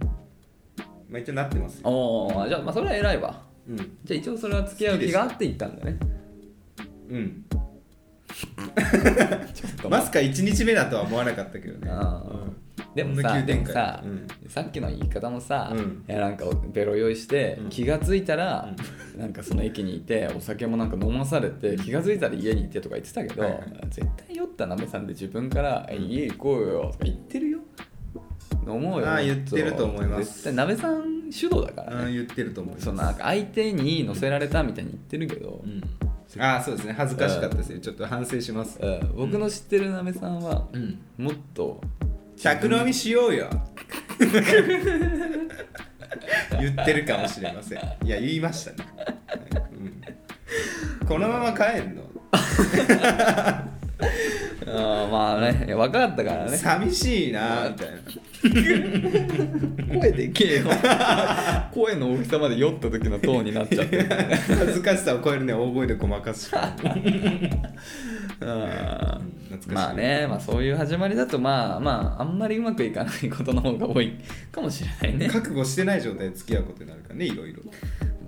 S1: まあ一応なってますよ、
S2: ああじゃあ,、まあそれは偉いわ
S1: うん
S2: じゃあ一応それは付き合う気があって言ったんだね
S1: うん、
S2: ちょっと
S1: まさか1日目だとは思わなかったけどね
S2: あー
S1: うん
S2: でも
S1: こんな
S2: さ
S1: 急
S2: で
S1: 展
S2: も
S1: 開
S2: さ、
S1: うん
S2: さっきの言い方もさ、
S1: うん
S2: いやなんかベロ酔いして、
S1: うん
S2: 気が付いたら、なんかその駅にいてお酒もなんか飲まされて気が付いたら家にいてとか言ってたけど、
S1: はいはい
S2: 絶対酔ったなべさんで自分から「え
S1: うん
S2: 家行こうよ」とか言ってるよ飲もうよ
S1: あー
S2: もっ
S1: 言ってると思います
S2: 絶対なべさん主導だからね、
S1: うん言ってると思います
S2: そのなんか相手に乗せられたみたいに言ってるけど
S1: う、ん、ああそうですね恥ずかしかったですねちょっと反省します
S2: うん僕の知ってるなべさんは
S1: うん
S2: もっと
S1: 客飲みしようよ言ってるかもしれませんいや言いましたね、うんこのまま帰るの
S2: あーまあねいや若かったからね
S1: 寂しいなみたいな
S2: 声でけえよ 声の大きさまで酔った時のトーンになっちゃってる
S1: 恥ずかしさを超えるね大声でごまかすしかない
S2: あー
S1: 懐かしい
S2: まあね、まあ、そういう始まりだとまあまああんまりうまくいかないことの方が多いかもしれないね
S1: 覚悟してない状態で付き合うことになるからねいろいろ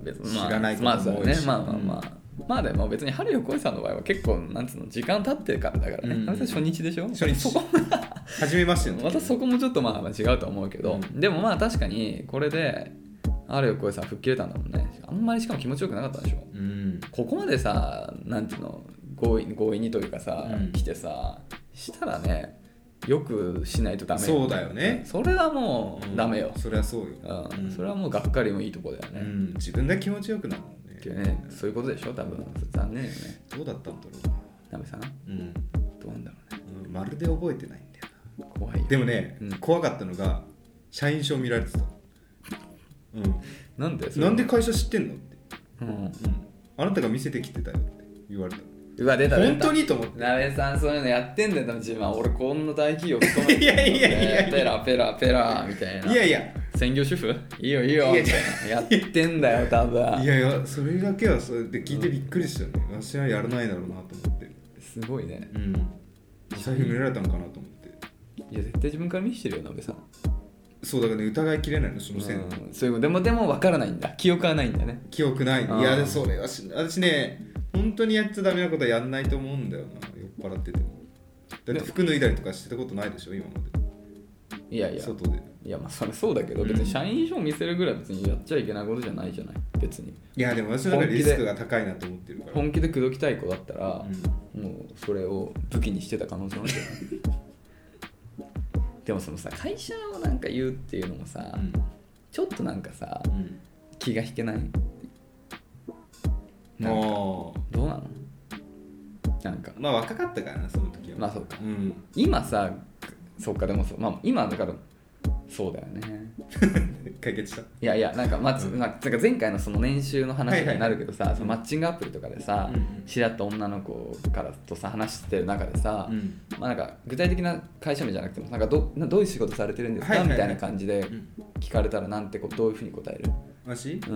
S2: 別にまあ
S1: 知らないこと
S2: まあそう
S1: も多い
S2: ね
S1: し
S2: まあまあまあまあでも別に春よこいさんの場合は結構なんつうの時間経ってるからだからね、
S1: うん
S2: あれさ初日でしょ
S1: 初日
S2: そこ
S1: 初めましての時
S2: またそこもちょっとまあまあ違うと思うけど、
S1: う
S2: でもまあ確かにこれで春よこいさん吹っ切れたんだもんねあんまりしかも気持ちよくなかったでしょ
S1: うん
S2: ここまでさなんていうの強引強引にというかさ、
S1: うん
S2: 来てさしたらねよくしないとダメ
S1: そうだよね
S2: それはもうダメよ
S1: うん、そりゃそうよ
S2: うん
S1: うん
S2: それはもうがっかりもいいとこだよ
S1: う
S2: ね、
S1: ん自分が気持ちよくなるもんね
S2: っていうねそういうことでしょ多分残念よね
S1: どうだったんだろうな
S2: ナベさんど
S1: うん
S2: うなんだろうね
S1: うんまるで覚えてないんだよ
S2: 怖いよ
S1: なでもね、
S2: うん
S1: 怖かったのが社員証見られてた、う
S2: なんで
S1: ん、なんで、会社知ってんのって、
S2: それうん、
S1: うん、あなたが見せてきてたよって言われた
S2: うわ出た出た
S1: 本当にと思って
S2: なべさんそういうのやってんだよ多分自分俺こんな大企業勤めてんだよ
S1: いやいやいやいや
S2: ペラペラペラみたいない
S1: やいや
S2: 専業主婦いいよいいよ
S1: いや
S2: みたいなやってんだよ多分
S1: いやいやそれだけはそれで聞いてびっくりしたね、私はやらないだろうなと思って
S2: すごいね
S1: うん財布見られたのかなと思って
S2: いや絶対自分から見せてるよなべさん
S1: そうだからね疑いきれないのその線、
S2: うんそういうことでもでも分からないんだ記憶はないんだね
S1: 記憶ない
S2: あー
S1: いやでそれはし私ね本当にやっちゃダメなことはやんないと思うんだよな酔っ払っててもだって服脱いだりとかしてたことないでしょ今ま
S2: いやい
S1: で
S2: や
S1: 外で
S2: いやまあそれそうだけど
S1: うん
S2: 別に社員証見せるぐらい別にやっちゃいけないことじゃないじゃない別に
S1: いやでも私の中でリスクが高いなと思ってるから
S2: 本気で口説きたい子だったら
S1: う、ん
S2: もうそれを武器にしてた可能性もあるよね でもそのさ会社をなんか言うっていうのもさ、
S1: うん
S2: ちょっとなんかさ
S1: うん
S2: 気が引けない
S1: ま
S2: なん
S1: あ
S2: かどうなのなんか
S1: まあ若かったからなその時は
S2: まあそうか
S1: うん
S2: 今さそっかでもそうまあ今だからそうだよね
S1: 解決した
S2: いやいやなんか,、まあつ
S1: うん
S2: まあ、なんか前回のその年収の話になるけどさ、
S1: はいはい
S2: そのマッチングアプリとかでさ、
S1: うんうん
S2: 知り合った女の子からとさ話してる中でさ、
S1: うん
S2: まあ、なんか具体的な会社名じゃなくてもなんかどなどういう仕事されてるんですか、
S1: はいはいはい
S2: みたいな感じで
S1: うん
S2: 聞かれたらなんてこどういうふうに答える、
S1: 私
S2: うん、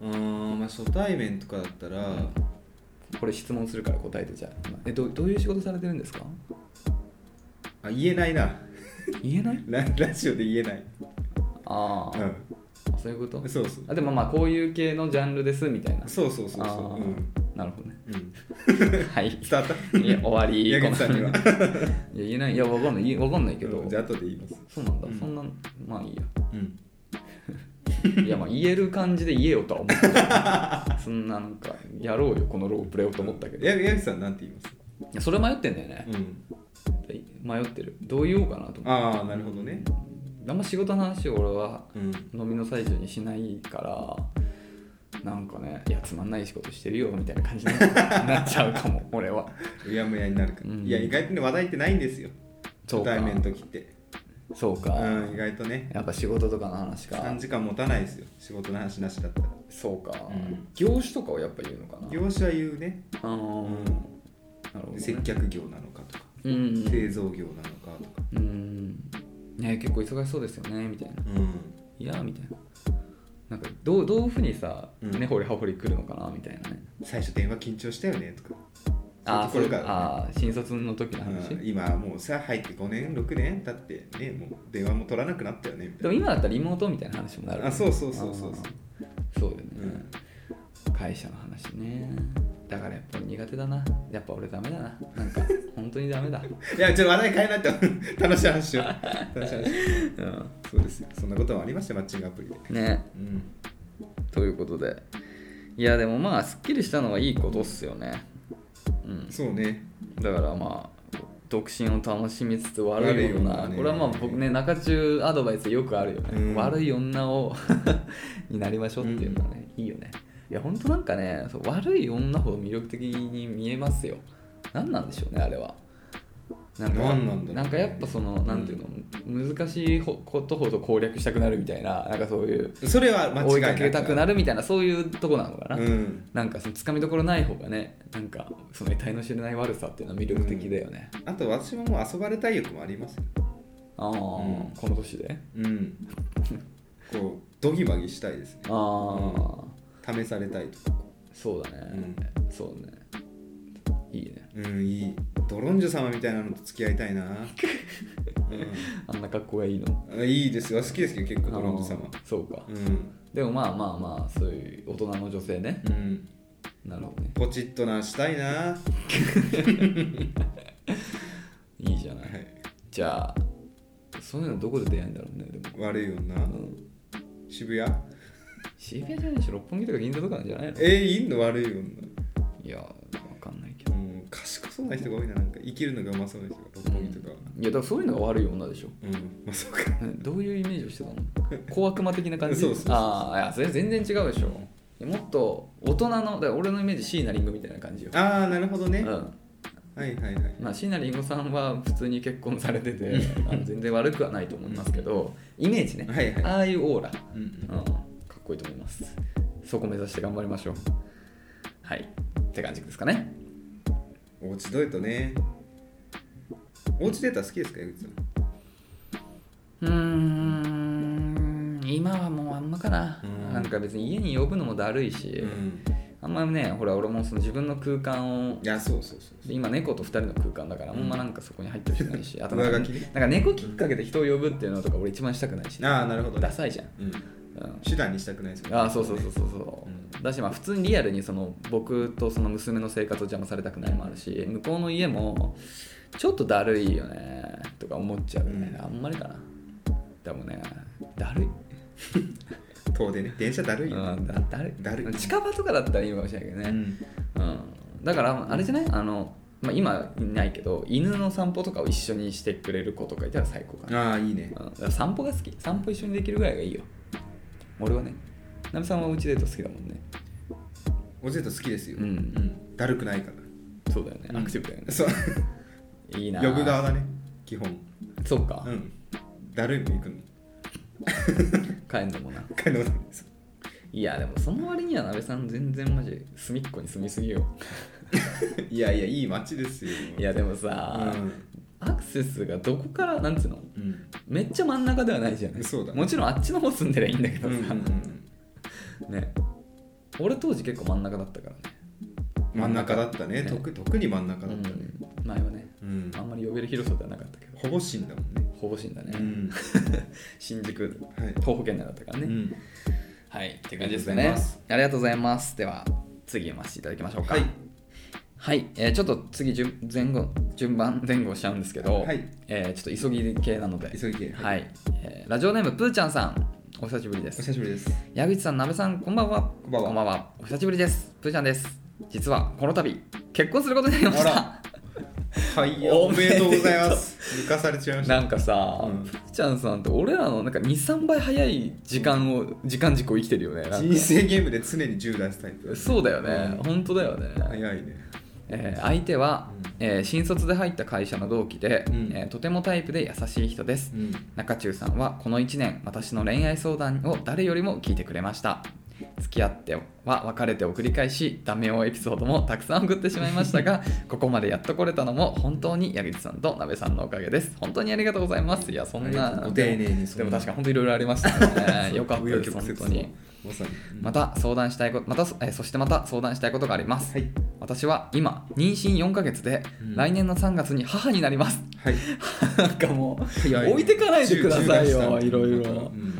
S1: うんまあ初対面とかだったら
S2: これ質問するから答えてじゃあ今えどうどういう仕事されてるんですか
S1: あ言えないな
S2: 言えない
S1: ララジオで言えない
S2: ああ、
S1: う
S2: そういうこと
S1: んそうそう
S2: あでもまあこういう系のジャンルですみたいな
S1: そうそうそう
S2: あ
S1: そう
S2: ー
S1: うん
S2: なるほどね
S1: うん
S2: はい
S1: 伝わった
S2: い や終わり
S1: 矢口さんには
S2: いや言えないいやわかんない言えわかんないけど、
S1: うんじゃあ後で言います
S2: そうなんだ、
S1: うん
S2: そんなまあいい
S1: うん
S2: やいやまあ言える感じで言えよとは思 ったけどそんななんかやろうよこのロープレをと思ったけどい
S1: 矢口さんなんて言います
S2: やそれ迷ってんだよね、
S1: うん
S2: 迷ってるどう言おうかなと思って
S1: ああなるほどね
S2: あんま仕事の話を俺は
S1: うん
S2: 飲みの最中にしないからなんかねいやつまんない仕事してるよみたいな感じに なっちゃうかも俺は
S1: うやむやになるから
S2: うん
S1: いや意外とね話題ってないんですよ
S2: そう
S1: 初
S2: か
S1: 対面の時って
S2: そう
S1: う
S2: か、
S1: ん意外とね
S2: やっぱ仕事とかの話か
S1: 3時間持たないですよ仕事の話なしだったら
S2: そうか、
S1: うん
S2: 業種とかをやっぱ言うのかな
S1: 業種は言うね
S2: あの
S1: うん
S2: ーなるほど、ね、
S1: 接客業なのかとか
S2: うん
S1: 製造業なのかとか
S2: うんね結構忙しそうですよねみたいな
S1: うん
S2: いやみたいななんかどうどういうふうにさ
S1: うん
S2: 根掘、り葉掘り来るのかなみたいなね
S1: 最初電話緊張したよねとか
S2: あー
S1: そういうところから
S2: あー新卒の時の話、
S1: うん今もうさ入って5年6年経ってねもう電話も取らなくなったよねみ
S2: で
S1: たい
S2: も今だったらリモートみたいな話もなる、
S1: なあそうそうそうそうそう
S2: あーそうだよね、
S1: うん
S2: 会社の話ねだからやっぱ苦手だなやっぱ俺ダメだななん か本当にダメだ、
S1: いやちょっと話題変えないと 楽しい話しよう楽しい話しよ
S2: うん
S1: うそうですよそんなこともありましたマッチングアプリで
S2: ね
S1: うん
S2: ということでいやでもまあすっきりしたのはいいことっすよねうん
S1: そうね
S2: だからまあ独身を楽しみつつ悪い
S1: 悪い
S2: 女
S1: 女ね
S2: これはまあ僕ね中中アドバイスでよくあるよね、
S1: うん
S2: 悪い女を になりましょうっていうのはね、いいよねいやほんとなんかねそう悪い女ほど魅力的に見えますよ何なんでしょうねあれはなんか
S1: 何なんだろうね
S2: なんかやっぱそのなんていうの、難しいほことほど攻略したくなるみたいななんかそういう
S1: それは間違
S2: 追い
S1: い
S2: か
S1: な
S2: けたく
S1: く
S2: なるみたいなそういうとこなのかな、
S1: うん、
S2: なんかそのつかみどころない方がねなんかその得体の知れない悪さっていうのは魅力的だよね、
S1: あと私ももう遊ばれたい欲もありますよ
S2: ああ、
S1: うん
S2: この年で
S1: うんこうドギマギしたいですね
S2: ああ、
S1: 試されたいとか
S2: そうだね、そうねいいね
S1: うんいいドロンジョ様みたいなのと付き合いたいな、
S2: あんな格好がいいの
S1: うん、いいですよ好きですけど結構ドロンジョ様
S2: あーそうか、
S1: うん
S2: でもまあまあまあそういう大人の女性ね、
S1: うん
S2: なるほどね
S1: ポチッとなしたいな、はい
S2: いじゃない、じゃあそういうのどこで出会えるんだろうねでも
S1: い、悪いよな、
S2: うん
S1: 渋谷
S2: 渋谷じゃないし六本木とか銀座とかなんじゃないの
S1: えー、いいの悪い女
S2: いやわかんないけど
S1: うん賢そうな人が多いななんか生きるのがうまそうな人が六本木とかは、
S2: いやだからそういうのが悪い女でしょ
S1: うんまあそうか
S2: ねどういうイメージをしてたの小悪魔的な感じ
S1: そうそうそうそう
S2: ああいやそれ全然違うでしょいやもっと大人のだから俺のイメージ椎名林檎みたいな感じよ、
S1: ああなるほど
S2: う
S1: ね、
S2: ん
S1: はいはいはい
S2: まあ、椎名林檎さんは普通に結婚されててあの全然悪くはないと思いますけどイメージね、
S1: はいはい
S2: ああいうオーラ、
S1: うん
S2: うん、かっこいいと思いますそこ目指して頑張りましょうはいって感じですかね
S1: うんおうちデートねおうちデートは好きですか江口さん
S2: うーん今はもうあんまかな、
S1: うん
S2: なんか別に家に呼ぶのもだるいし、
S1: うん
S2: あんまねほら俺もその自分の空間を
S1: いやそうそうそう
S2: 今猫と2人の空間だからあんまなんかそこに入ってほしくな いしあとなん
S1: 上
S2: かなん
S1: 書きね
S2: か猫きっかけで人を呼ぶっていうのとか俺一番したくないし
S1: ああなるほどね
S2: ダサいじゃん、
S1: うん
S2: うん、
S1: 手段にしたくないですよね
S2: ああそうそうそうそうそう、
S1: う
S2: だしまあ普通にリアルにその僕とその娘の生活を邪魔されたくないもあるし向こうの家もちょっとだるいよねとか思っちゃうね、
S1: うん
S2: あんまりかなでもねだるい
S1: 遠出ね電車だるいよ
S2: う
S1: ね
S2: んだだるい
S1: だるい
S2: 近場とかだったらいいかもしれないけどね、うん、だからあれじゃないあの、まあ、今いないけど犬の散歩とかを一緒にしてくれる子とかいたら最高か
S1: うん
S2: な、
S1: ああいいね
S2: うん、だから散歩が好き散歩一緒にできるぐらいがいいよ俺はねナミさんはおうちデート好きだもんね
S1: おうちデート好きですよ
S2: うん
S1: んだるくないから
S2: そうだよね、アクティブだよね
S1: そう
S2: いいな
S1: 呼ぶ側だね基本
S2: そっか、
S1: うんだるいも行くの
S2: 帰んのもな
S1: 可能なんです
S2: いやでもその割にはなべさん全然マジ隅っこに住みすぎよ
S1: いやいやいい街ですよ
S2: いやでもさ、アクセスがどこからなんつうの
S1: うん
S2: めっちゃ真ん中ではないじゃない
S1: そうだね
S2: もちろんあっちの方住んでりゃいいんだけ
S1: う
S2: ど
S1: んう
S2: さ、
S1: んうん
S2: ね俺当時結構真ん中だったからね
S1: 真ん中だったね
S2: ね
S1: 特特に真ん中だったね
S2: うん前はね
S1: うん
S2: あんまり呼べる広さではなかったけど
S1: ほぼ死んだもんね
S2: ほぼ死んだね、
S1: うん
S2: 新宿
S1: はい
S2: 東保圏内だったからね、
S1: うん
S2: はいっていう感じですよ
S1: ありがとうござい
S2: ね
S1: ます
S2: ありがとうございますでは次読ませていただきましょうか
S1: はい
S2: はいえーちょっと次順前後順番前後しちゃうんですけど、
S1: はい
S2: えーちょっと急ぎ系なので
S1: 急ぎ系
S2: はいい、えーラジオネームぷーちゃんさんお久しぶりで
S1: お
S2: す
S1: 久しぶりです
S2: 矢口さん、なべさん、こんばんは。
S1: こんばんは
S2: お久しぶりです。ぷーちゃんです。実はこの度、結婚することになりました。
S1: はい
S2: お
S1: お
S2: め
S1: め
S2: で
S1: で
S2: と
S1: と
S2: う
S1: うございます抜かされちゃいました
S2: なんかさ、
S1: うん
S2: ぷーちゃんさんって俺らのなんか2、3倍早い時間を、時間軸を生きてるよね。なんか
S1: 人生ゲームで常に10出すタイプ
S2: そうだよね。
S1: うん
S2: 本当だよね。
S1: 早いね
S2: えー相手は、えー新卒で入った会社の同期で、
S1: うん
S2: えーとてもタイプで優しい人です。
S1: うん
S2: 中中さんはこの1年私の恋愛相談を誰よりも聞いてくれました付き合っては別れてを繰り返しダメ男エピソードもたくさん送ってしまいまし たがここまでやっと来れたのも本当に矢口さんと鍋さんのおかげです本当にありがとうございますいやそん
S1: ありが
S2: な
S1: とうございますご丁寧に
S2: でも確かに本当にいろいろありました からねよかったです
S1: 紆余
S2: 本
S1: 曲
S2: 当
S1: 折
S2: に
S1: まさに
S2: また相談したいことまた、えーそしてまた相談したいことがあります、
S1: はい
S2: 私は今妊娠4ヶ月で、
S1: うん
S2: 来年の3月に母になります
S1: はい
S2: なんかもう、
S1: 早ね
S2: 置いてかないでくださいよ、
S1: 10 10出した
S2: いろい
S1: また
S2: ろ
S1: う。ん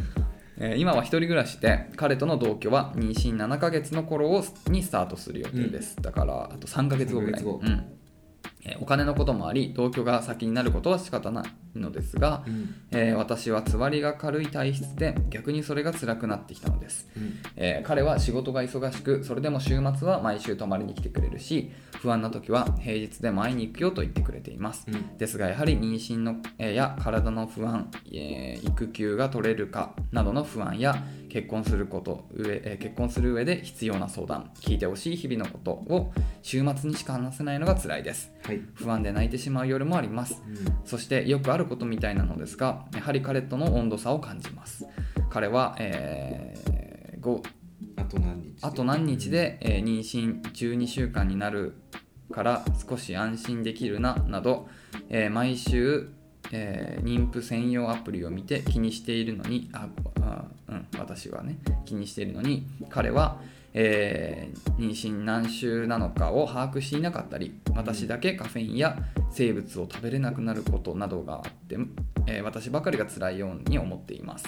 S2: えー今は一人暮らしで、彼との同居は妊娠7ヶ月の頃をにスタートする予定です。だから、あと3ヶ月後ぐらい。
S1: 3ヶ月後
S2: うんえーお金のこともあり、同居が先になることは仕方ないのですが、
S1: うん
S2: えー私はつわりが軽い体質で、逆にそれが辛くなってきたのです。
S1: うん
S2: えー彼は仕事が忙しくそれでも週末は毎週泊まりに来てくれるし不安な時は平日でも会いに行くよと言ってくれています
S1: うん
S2: ですがやはり妊娠のえーや体の不安、えー育休が取れるかなどの不安や結婚すること上、えー結婚する上で必要な相談聞いてほしい日々のことを週末にしか話せないのが辛いです
S1: はい、
S2: 不安で泣いてしまう夜もありますそしてよくあることみたいなのですがやはり彼との温度差を感じます彼は、えーご
S1: あと何日
S2: あと何日で、えー妊娠12週間になるから少し安心できるななど、えー毎週、えー妊婦専用アプリを見て気にしているのにああうん私はね気にしているのに彼は、えー妊娠何週なのかを把握していなかったり私だけカフェインや生物を食べれなくなることなどがあって、えー私ばかりが辛いように思っています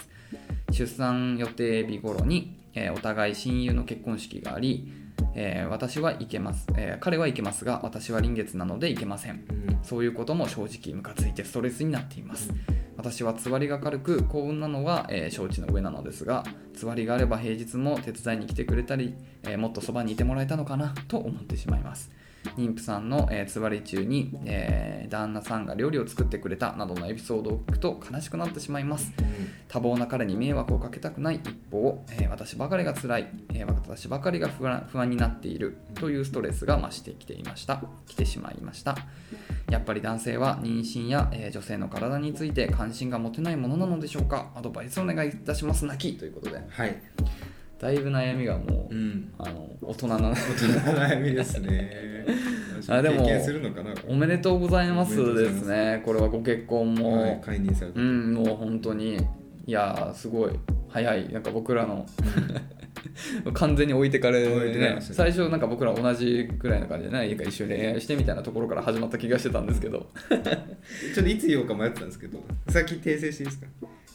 S2: 出産予定日頃に、えーお互い親友の結婚式があり、えー私は行けます、えー彼は行けますが私は臨月なので行けません
S1: うん
S2: そういうことも正直ムカついてストレスになっています
S1: うん
S2: 私はつわりが軽く幸運なのは、えー承知の上なのですがつわりがあれば平日も手伝いに来てくれたり、えーもっとそばにいてもらえたのかなと思ってしまいます妊婦さんの、えーつわり中に、えー旦那さんが料理を作ってくれたなどのエピソードを聞くと悲しくなってしまいます多忙な彼に迷惑をかけたくない一方、えー私ばかりが辛い、えー私ばかりが不安不安になっているというストレスが増してきていました来てしまいましたやっぱり男性は妊娠や、えー女性の体について関心が持てないものなのでしょうかアドバイスお願いいたします泣きということで
S1: はい、
S2: だいぶ悩みがも
S1: う
S2: う、
S1: ん、
S2: あの大人な
S1: 大人の 悩みですね
S2: あでも
S1: 経験するのかな
S2: おめでとうございます
S1: おめでとうござ
S2: で
S1: います
S2: すねこれはご結婚も、
S1: はい解任された、
S2: うんもう本当にいやーすごい早いなんか僕ら の完全に置いてかれ、
S1: 置いてかれ
S2: ね、
S1: ましたね
S2: 最初なんか僕ら同じぐらいの感じでね一緒に恋愛してみたいなところから始まった気がしてたんですけど
S1: ちょっといつ言おうか迷ってたんですけど先訂正していいですか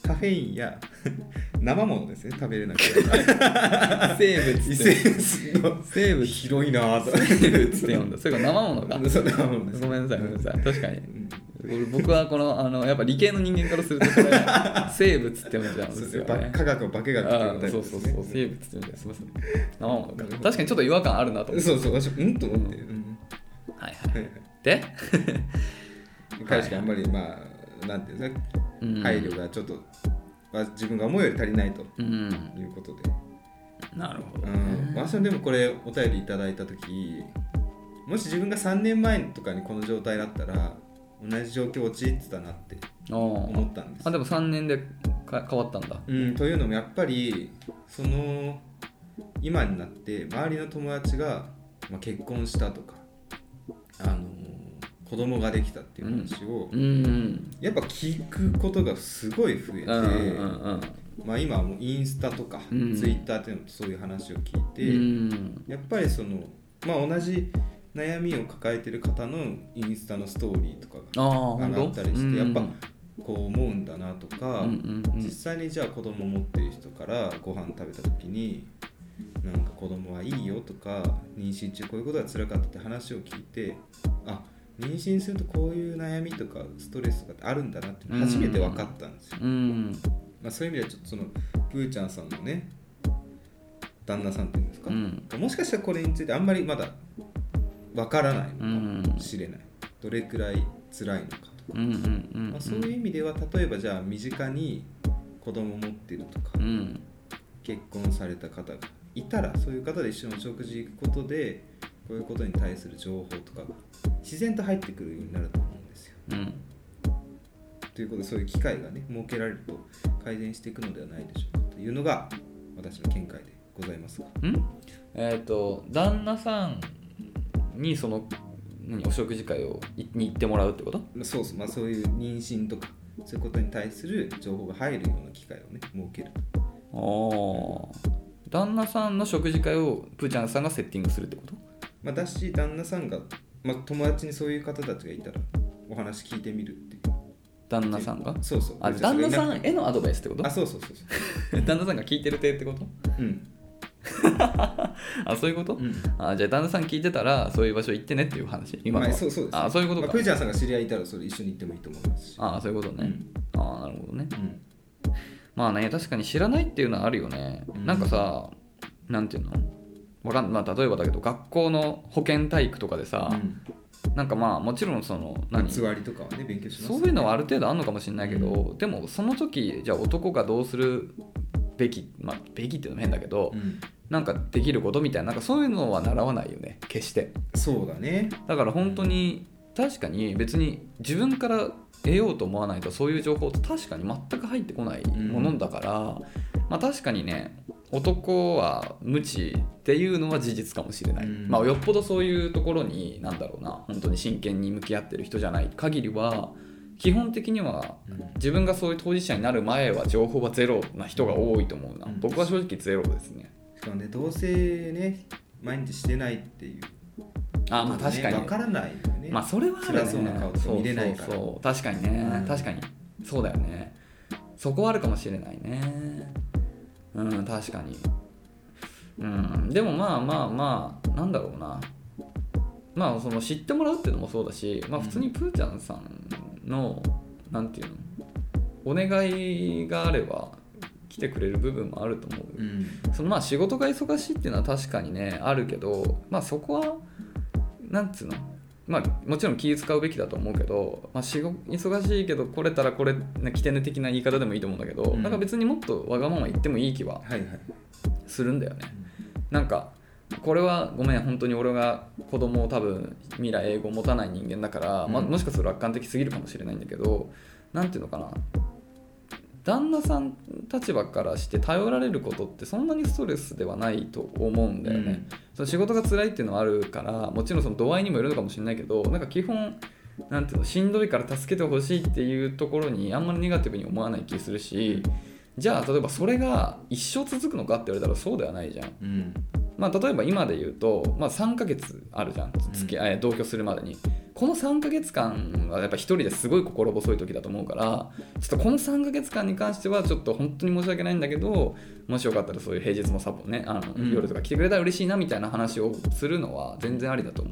S1: カフェインや 生ものですね食べれなく て
S2: 生物
S1: 異
S2: って
S1: 性の
S2: 生 物
S1: 広いなぁと
S2: 生物って呼んだそれから生ものか
S1: そう生ものです
S2: ごめんなさいごめんなさい確かに
S1: うん
S2: 俺僕はこのあのやっぱ理系の人間からするとこれ生物って呼んじゃうんです
S1: そう
S2: よ
S1: ば
S2: ね
S1: 科学は化学って
S2: あ
S1: いうタ
S2: ー
S1: イプ
S2: そ
S1: で
S2: うそ
S1: す
S2: う
S1: ね
S2: そう生物って呼んじゃうすみません生ものか確かにちょっと違和感あるなと思って
S1: そうそう私うんと思って、うん
S2: はいはいで、
S1: 彼しかあんまりまあなんていうんですか
S2: うん
S1: 配慮がちょっと、まあ自分が思うより足りないと
S2: うん
S1: いうことで、
S2: なるほ
S1: う
S2: ど、
S1: ん、私もでもこれお便りいただいた時もし自分が3年前とかにこの状態だったら同じ状況陥ってたなって
S2: おー
S1: 思ったんです
S2: あでも3年でか変わったんだ
S1: うん、というのもやっぱりその今になって周りの友達が、まあ、結婚したとか、あの子供ができたっていう話を、
S2: うんうん
S1: やっぱ聞くことがすごい増えて、
S2: うんうん
S1: まあ、今はもうインスタとか、
S2: うん
S1: ツイッターっていうのとそういう話を聞いて、
S2: うん
S1: やっぱりその、まあ、同じ悩みを抱えてる方のインスタのストーリーとか
S2: あ
S1: が
S2: あ本
S1: 上
S2: 当
S1: がったりして、やっぱこう思うんだなとか。
S2: うんうん
S1: 実際にじゃあ子供持ってる人からご飯食べた時になんか子供はいいよとか妊娠中こういうことが辛かったって話を聞いてあ妊娠するとこういう悩みとかストレスとかってあるんだなっていうの初めて分かったんですよ、
S2: うんうん
S1: まあ、そういう意味ではちょっとそのプーちゃんさんのね旦那さんっていうんですか
S2: う、ん
S1: もしかしたらこれについてあんまりまだ分からないの
S2: う
S1: か
S2: ん
S1: もしれないどれくらい辛いのかとか
S2: うんうんうん
S1: まあ、そういう意味では例えばじゃあ身近に子供持ってるとか
S2: うん
S1: 結婚された方がいたらそういう方で一緒にお食事行くことでこういうことに対する情報とかが自然と入ってくるようになると思うんですよ。
S2: うん
S1: ということでそういう機会がね設けられると改善していくのではないでしょうかというのが私の見解でございますが。
S2: んえっ、と旦那さんにその何お食事会をいに行ってもらうってこと
S1: まあ、そうそう、まあ、そういう妊娠とかそういうことに対する情報が入るような機会をね設ける
S2: ああ旦那さんの食事会をプーちゃんさんがセッティングするってこと
S1: まあ、だし旦那さんが、まあ、友達にそういう方たちがいたらお話聞いてみるっていう
S2: 旦那さんが
S1: そうそう
S2: あ旦那さ
S1: ん
S2: んへのアドバイスってこと
S1: あそうそうそうそ
S2: 旦那さんが聞いてる手っ てこと
S1: ううん、
S2: あそういうこと、
S1: うん
S2: あじゃあ旦那さん聞いてたらそういう場所行ってねっていう話今の
S1: ま
S2: は、
S1: あ、そうそうです
S2: あそういうこと
S1: ま
S2: か
S1: あ、プーちゃんさんが知り合いいたらそれ一緒に行ってもいいと思いますし
S2: あそういうことね、あなるほどね
S1: うん
S2: まあね確かに知らないっていうのはあるよね、
S1: うん
S2: なんかさなんていうのわかんまあ、例えばだけど学校の保健体育とかでさ、
S1: うん
S2: なんかまあもちろんその
S1: まあ
S2: 何
S1: 偽りとかはね勉強します
S2: そういうのはある程度あるのかもしれないけど、でもその時じゃあ男がどうするべきまあべきっていうのも変だけど、
S1: うん
S2: なんかできることみたいななんかそういうのは習わないよね決して
S1: そうだね
S2: だから本当に確かに別に自分から得ようと思わないとそういう情報って確かに全く入ってこないものだから、まあ確かにね男は無知っていうのは事実かもしれない、
S1: うん
S2: まあよっぽどそういうところになんだろうな本当に真剣に向き合ってる人じゃない限りは基本的には
S1: うん
S2: 自分がそういう当事者になる前は情報はゼロな人が多いと思うな、
S1: うん
S2: 僕は正直ゼロですね
S1: しかもね同棲ね毎日してないっていう
S2: あまあ確かに、
S1: わからないよね
S2: まあそれはあるね
S1: 辛そうな顔って見れないから
S2: そうそうそう確かにね、
S1: うん
S2: 確かにそうだよねそこはあるかもしれないねうん確かにうんでもまあまあまあなんだろうなまあその知ってもらうっていうのもそうだしまあ普通にプーちゃんさんの、なんていうのお願いがあれば来てくれる部分もあると思う
S1: うん
S2: そのまあ仕事が忙しいっていうのは確かにねあるけど、まあ、そこはなんつうの、まあ、もちろん気使うべきだと思うけど、まあ、仕事忙しいけど来れたらこれね起点的な言い方でもいいと思うんだけど、
S1: うん
S2: なんか別にもっとわがまま言ってもいい気は
S1: はいはい
S2: するんだよね。なんかこれはごめん本当に俺が子供を多分未来英語を持たない人間だから、まあ、
S1: うん
S2: もしかすると楽観的すぎるかもしれないんだけどなんていうのかな旦那さん立場からして頼られることってそんなにストレスではないと思うんだよね、その仕事が辛いっていうのはあるからもちろんその度合いにもよるのかもしれないけどなんか基本なんていうのしんどいから助けてほしいっていうところにあんまりネガティブに思わない気するしじゃあ例えばそれが一生続くのかって言われたらそうではないじゃん。
S1: うんうん
S2: まあ、例えば今で言うと、まあ、3ヶ月あるじゃん付き、えー同居するまでにこの3ヶ月間はやっぱ一人ですごい心細い時だと思うからちょっとこの3ヶ月間に関してはちょっと本当に申し訳ないんだけどもしよかったらそういう平日もサポねあの、
S1: うん
S2: 夜とか来てくれたら嬉しいなみたいな話をするのは全然ありだと思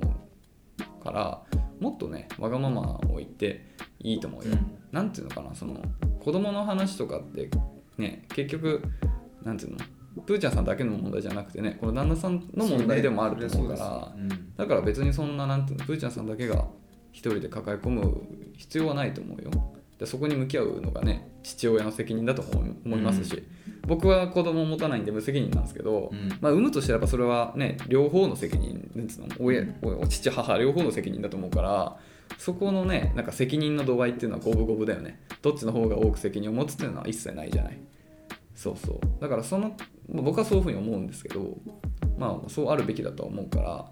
S2: うからもっとねわがままを言っていいと思うよ。なんていうのかなその子供の話とかってね結局なんていうのプーちゃんさんだけの問題じゃなくてねこの旦那さんの問題でもあると思うから
S1: そうですうん
S2: だから別にそんななんていうのプーちゃんさんだけが一人で抱え込む必要はないと思うよでそこに向き合うのがね父親の責任だと思い思いますし、僕は子供を持たないんで無責任なんですけど、
S1: うん
S2: まあ、産むとしたらばそれはね両方の責任なんつうの親お父母両方の責任だと思うからそこのねなんか責任の度合いっていうのは五分五分だよねどっちの方が多く責任を持つっていうのは一切ないじゃないそうそうだからそのまあ僕はそういうふうに思うんですけどまあそうあるべきだとは思うから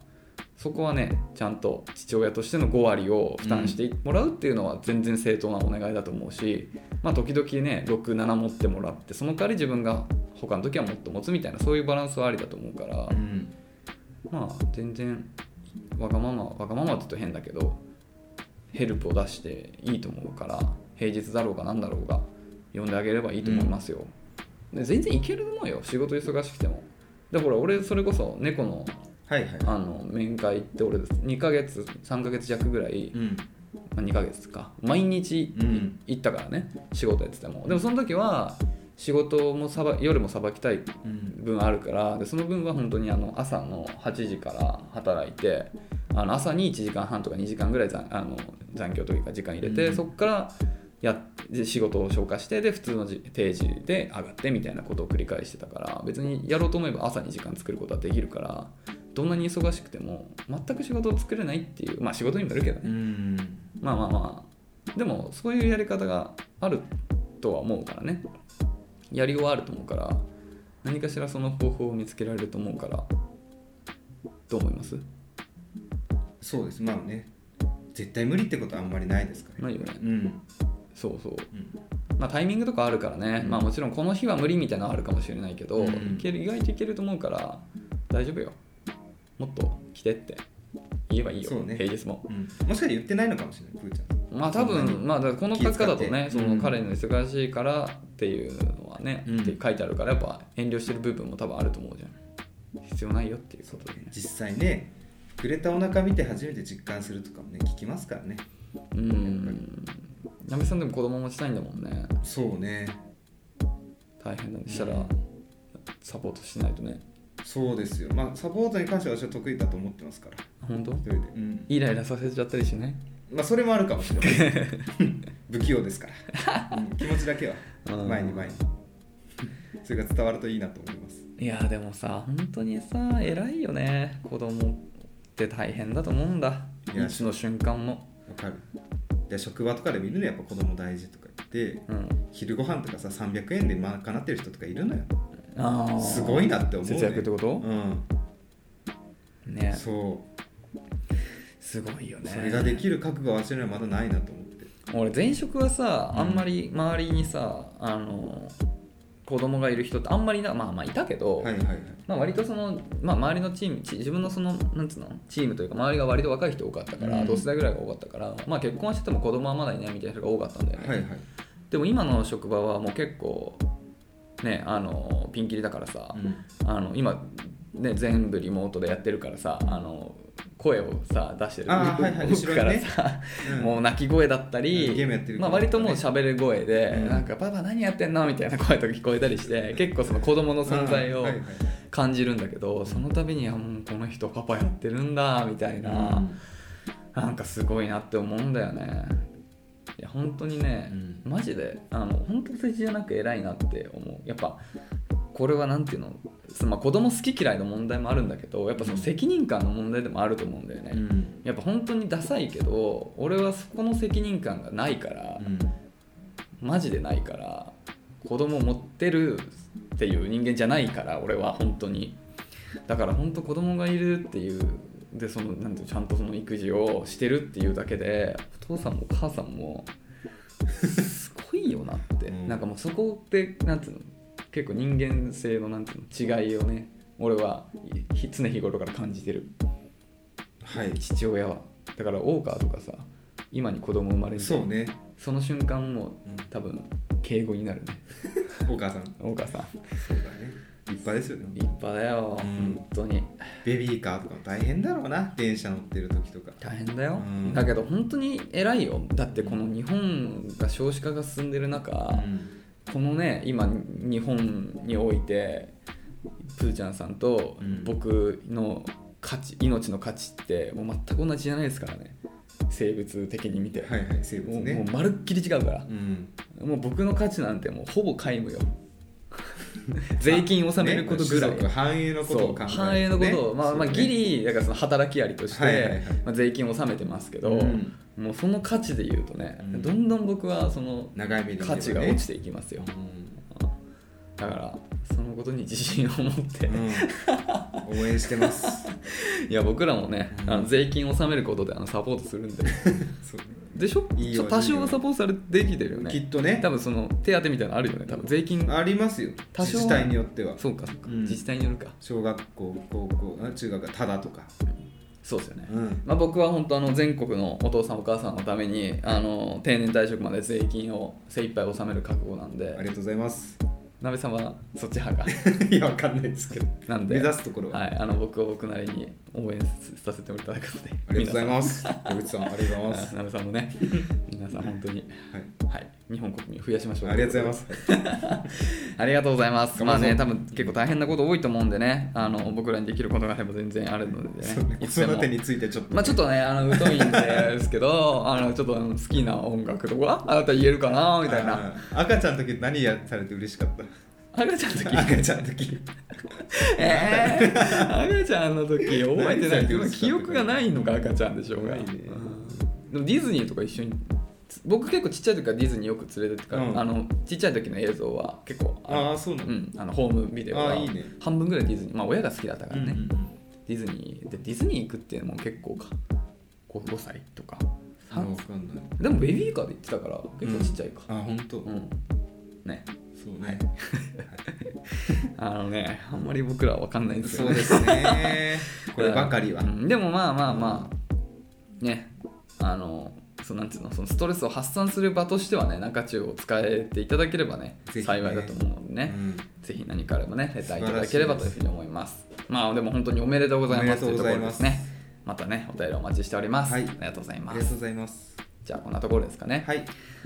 S2: そこはねちゃんと父親としての5割を負担してもらうっていうのは全然正当なお願いだと思うし、まあ、時々ね67持ってもらってその代わり自分が他の時はもっと持つみたいなそういうバランスはありだと思うから
S1: うん
S2: まあ全然わがままわがままって言うと変だけどヘルプを出していいと思うから平日だろうが何だろうが呼んであげればいいと思いますよ、で全然いけると思うよ仕事忙しくてもでほら俺それこそ猫の
S1: はいはい
S2: あの面会行って俺2ヶ月3ヶ月弱ぐらい、
S1: うん
S2: まあ、2ヶ月か毎日
S1: うん
S2: 行ったからね仕事やっててもでもその時は仕事もさば夜もさばきたい
S1: うん
S2: 分あるからでその分は本当にあの朝の8時から働いてあの朝に1時間半とか2時間ぐらい残あの残業というか時間入れて、
S1: うん
S2: そこからやっで仕事を消化してで普通のじ定時で上がってみたいなことを繰り返してたから別にやろうと思えば朝に時間作ることはできるからどんなに忙しくても全く仕事を作れないっていうまあ仕事にもよるけどね
S1: うん
S2: まあまあまあでもそういうやり方があるとは思うからねやりようはあると思うから何かしらその方法を見つけられると思うからどう思います
S1: そうですまあね絶対無理ってことはあんまりないですから
S2: ないよね
S1: うん
S2: そうそう
S1: うん
S2: まあタイミングとかあるからね、
S1: うん
S2: まあもちろんこの日は無理みたいなのはあるかもしれないけど、
S1: うん
S2: いける意外といけると思うから大丈夫よもっと来てって言えばいいよ、
S1: そうね
S2: 平日も
S1: うんもしかして言ってないのかもしれないプーちゃん
S2: まあ多
S1: そんなに
S2: 分まあだからこの
S1: 気遣っ
S2: 書き
S1: て
S2: 方だとねそ
S1: うん
S2: の彼の忙しいからっていうのはね、
S1: うん
S2: って書いてあるからやっぱ遠慮してる部分も多分あると思うじゃん必要ないよっていうことでね
S1: 実際ね膨れたお腹見て初めて実感するとかもね聞きますからね
S2: うん矢部さんでも子供持ちたいんだもんね
S1: そうね
S2: 大変だねしたら
S1: うん
S2: サポートしないとね
S1: そうですよまあサポートに関しては私は得意だと思ってますから
S2: 本当
S1: 一人でうん
S2: イライラさせちゃったりしない
S1: まあそれもあるかもしれない不器用ですから、うん気持ちだけは
S2: うん
S1: 前に前にそれが伝わるといいなと思います
S2: いやでもさ本当にさ偉いよね子供って大変だと思うんだ
S1: いや
S2: 一の瞬間も
S1: わかるで職場とかで見るのやっぱ子供大事とか言って
S2: うん
S1: 昼ご飯とかさ300円で賄ってる人とかいるのよ
S2: あー
S1: すごいなって思う、ね、
S2: 節約ってこと
S1: うん
S2: ね
S1: そ
S2: すごいよ
S1: う
S2: ね
S1: それができる覚悟は私にはまだないなと思って
S2: 俺前職はさ
S1: うん
S2: あんまり周りにさ、あの子供がいる人ってあんまりなまあまあいたけど、
S1: はいはいはい
S2: まあ、割とその、まあ、周りのチームち自分のそのなんつうのチームというか周りが割と若い人多かったから、
S1: うん
S2: 同世代ぐらいが多かったから、まあ、結婚はしてても子供はまだいないみたいな人が多かったんだよね、
S1: はいはい
S2: でも今の職場はもう結構ねあのピンキリだからさ、あの今、ね、全部リモートでやってるからさあの声をさ出してる
S1: あーはいはい
S2: 僕からさ、
S1: うん
S2: もう泣き声だったり、
S1: うんゲームやってる子
S2: ま
S1: だ
S2: あ、
S1: ったり
S2: 割
S1: ね
S2: ともう喋る声で、
S1: うん
S2: なんか「パパ何やってんの?」みたいな声とか聞こえた りして結構その子供の存在
S1: あー
S2: を
S1: はいはい
S2: 感じるんだけどその度に「あもうこの人パパやってるんだ」みたいな、なんかすごいなって思うんだよね。いや本当にね、
S1: うん
S2: マジであの本当政治じゃなく偉いなって思うやっぱこれはなんていうの、まあ、子供好き嫌いの問題もあるんだけどやっぱその責任感の問題でもあると思うんだよね、
S1: うんうん
S2: やっぱ本当にダサいけど俺はそこの責任感がないから、マジでないから子供持ってるっていう人間じゃないから俺は本当にだから本当子供がいるっていうでそのなんていうのちゃんとその育児をしてるっていうだけでお父さんもお母さんもすごいよなって、
S1: うん
S2: なんかもうそこってなんていうの結構人間性のなんていうの違いをね俺はひ常日頃から感じてる
S1: はい
S2: 父親はだから大川とかさ今に子供生まれて
S1: そうね
S2: その瞬間もう
S1: うん
S2: 多分敬語になるね
S1: お母さん
S2: 大川さん
S1: そうだね立派ですよね
S2: 立派だよ、
S1: うん
S2: 本当に
S1: ベビーカーとかも大変だろうな電車乗ってる時とか
S2: 大変だよ、
S1: うん
S2: だけど本当に偉いよだってこの日本が少子化が進んでる中、
S1: うん
S2: このね今日本においてプーちゃんさんと
S1: うん
S2: 僕の価値命の価値ってもう全く同じじゃないですからね生物的に見て、
S1: はいはい生
S2: も
S1: 物
S2: うもう
S1: ね
S2: まるっきり違うから
S1: うん
S2: もう僕の価値なんてもうほぼ皆 無よ 税金納めることぐらい、
S1: ね種族繁栄のこと
S2: そ
S1: を
S2: う
S1: 考える
S2: 繁栄のことを、まあまあ、ギ
S1: リ
S2: リだからその働きありとして、
S1: はいはいはい
S2: まあ、税金を納めてますけど、
S1: うん
S2: もうその価値で言うとね、
S1: うん
S2: どんどん僕はその
S1: 長い目で見れば
S2: 価
S1: ね
S2: 値が落ちていきますよ、
S1: う
S2: だからそのことに自信を持って、
S1: んうん応援してます
S2: いや僕らもね、
S1: うん
S2: あの税金を納めることであのサポートするんで
S1: そう
S2: でしょ
S1: いいよ
S2: ちょ
S1: いいよ
S2: 多少はサポートされてできてるよ
S1: きっ
S2: ね
S1: とね
S2: 多分その手当みたいなのあるよね多分税金
S1: ありますよ
S2: 多少は
S1: 自治体によっては
S2: そうかそうか、
S1: うん
S2: 自治体によるか
S1: 小学校高校あ中学がただとか
S2: そうですよね、
S1: うん
S2: まあ、僕は本当あの全国のお父さんお母さんのためにあの定年退職まで税金を精一杯納める覚悟なん
S1: あ
S2: で
S1: りがとうございます
S2: なべさんはそっち派か
S1: いやわかんないですけど
S2: なんで
S1: 目指すところは
S2: はい、あの僕は僕なりに応援させていただくので
S1: ありがとうございます小口さんありがとうございま
S2: 皆
S1: す
S2: さんなべさん もね皆さん本当に、
S1: はい
S2: はい、日本国民増やしましょう
S1: ありがとうございます
S2: ありがとうございます。
S1: 頑
S2: ま
S1: 張
S2: あ
S1: るぞ
S2: ね、多分結構大変なこと多いと思うんでね、あの僕らにできることがあれば全然あるので
S1: そう
S2: ね
S1: ね、
S2: いつ
S1: 子
S2: でも
S1: 育てについてちょっと
S2: まあちょっとね、あの疎いんでですけど、 あのちょっとあの好きな音楽とか、あなた言えるかなみたいな。
S1: あー赤ちゃんの時何やされて嬉しか った
S2: 赤ちゃんの時、
S1: 赤ちゃんの時
S2: えー、赤ちゃんの時覚えてないけど、
S1: 何
S2: 記憶がないのか、赤ちゃんでしょうが。
S1: ないね
S2: うんでもディズニーとか一緒に。僕結構ちっちゃい時からディズニーよく連れてってから、
S1: うん
S2: あのちっちゃい時の映像は結構あの
S1: ああそうな
S2: う
S1: の
S2: ん、あのホームビデオは
S1: あーいいね
S2: 半分ぐらいディズニーまあ親が好きだったか
S1: う
S2: ら
S1: ん
S2: ね、
S1: うん
S2: ディズニーでディズニー行くっていうのも結構か 5, 5歳とか
S1: あーわかんない
S2: でもベビーカーで行ってたから結構ちっちゃいか
S1: あ本当
S2: うん、ね
S1: そうね
S2: あのねあんまり僕らは分かんないんです
S1: そ
S2: よ
S1: う
S2: ね
S1: ですねこればかりは
S2: うんでもまあまあまあねあのそうなんていうのそのストレスを発散する場としてはね中中を使えていただければね
S1: ぜひね
S2: 幸いだと思うのでね、
S1: うん
S2: ぜひ何かあればね、レターいただければというふうに思います。まあでも本当におめでとうございます
S1: おめでとうございます
S2: というところですね。またね、お便りお待ちしております。
S1: はい
S2: ありがとうござい
S1: あ
S2: ま
S1: り
S2: す
S1: がとう。ございます
S2: じゃあこんなところですかね。
S1: はい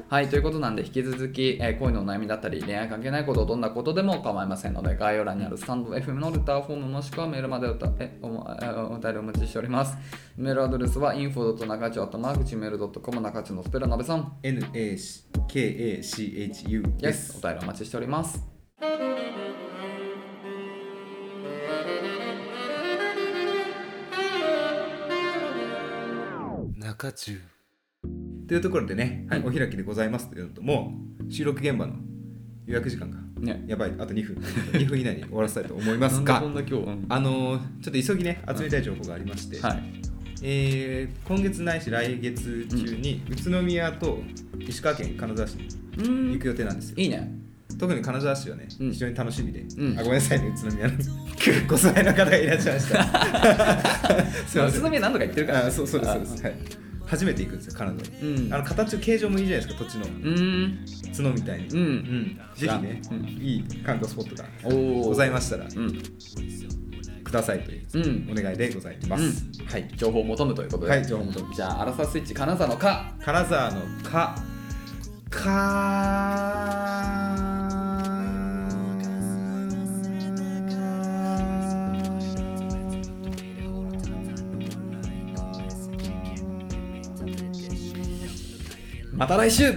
S2: はい、ということなんで引き続き、えー恋のお悩みだったり恋愛関係ないことどんなことでも構いませんので概要欄にあるスタンド FM のレターフォームもしくはメールまでおたえおもえお便りお待ちしておりますメールアドレスは info.nakachu.gmail.com 中中のスペルなべさん
S1: NAKACHU
S2: で
S1: ですす
S2: お便りお待ちしております
S1: 中中というところでね、
S2: はい
S1: お開きでございますというのともう収録現場の予約時間が
S2: ね
S1: やばいあと2分2分以内に終わらせたいと思い ます
S2: な
S1: が
S2: んでこんな今日、
S1: あのーちょっと急ぎね集めたい情報がありまして、
S2: はい
S1: えー今月ないし来月中に宇都宮と石川県金沢市に
S2: うん
S1: 行く予定なんですよ
S2: いいね
S1: 特に金沢市はね、
S2: うん
S1: 非常に楽しみで、
S2: うん
S1: あごめんなさいね宇都宮のご疎遠の方がいらっしゃいました すいませ
S2: 宇
S1: ん
S2: 都宮何度か行ってるから
S1: あそうそうですそうです、はい、初めて行くんですよカナダに、
S2: うん
S1: あの形形状もいいじゃないですか土地の
S2: うん
S1: 角みたいに、
S2: うん
S1: ぜひね、
S2: うん
S1: いい観光スポットが
S2: おー
S1: ございましたら
S2: うん
S1: くださいという
S2: うん
S1: お願いでございます、はい
S2: 情報を求むということで、
S1: はい情報を求む
S2: じゃあアラサースイッチ金沢のか
S1: 金沢のかか
S2: また来週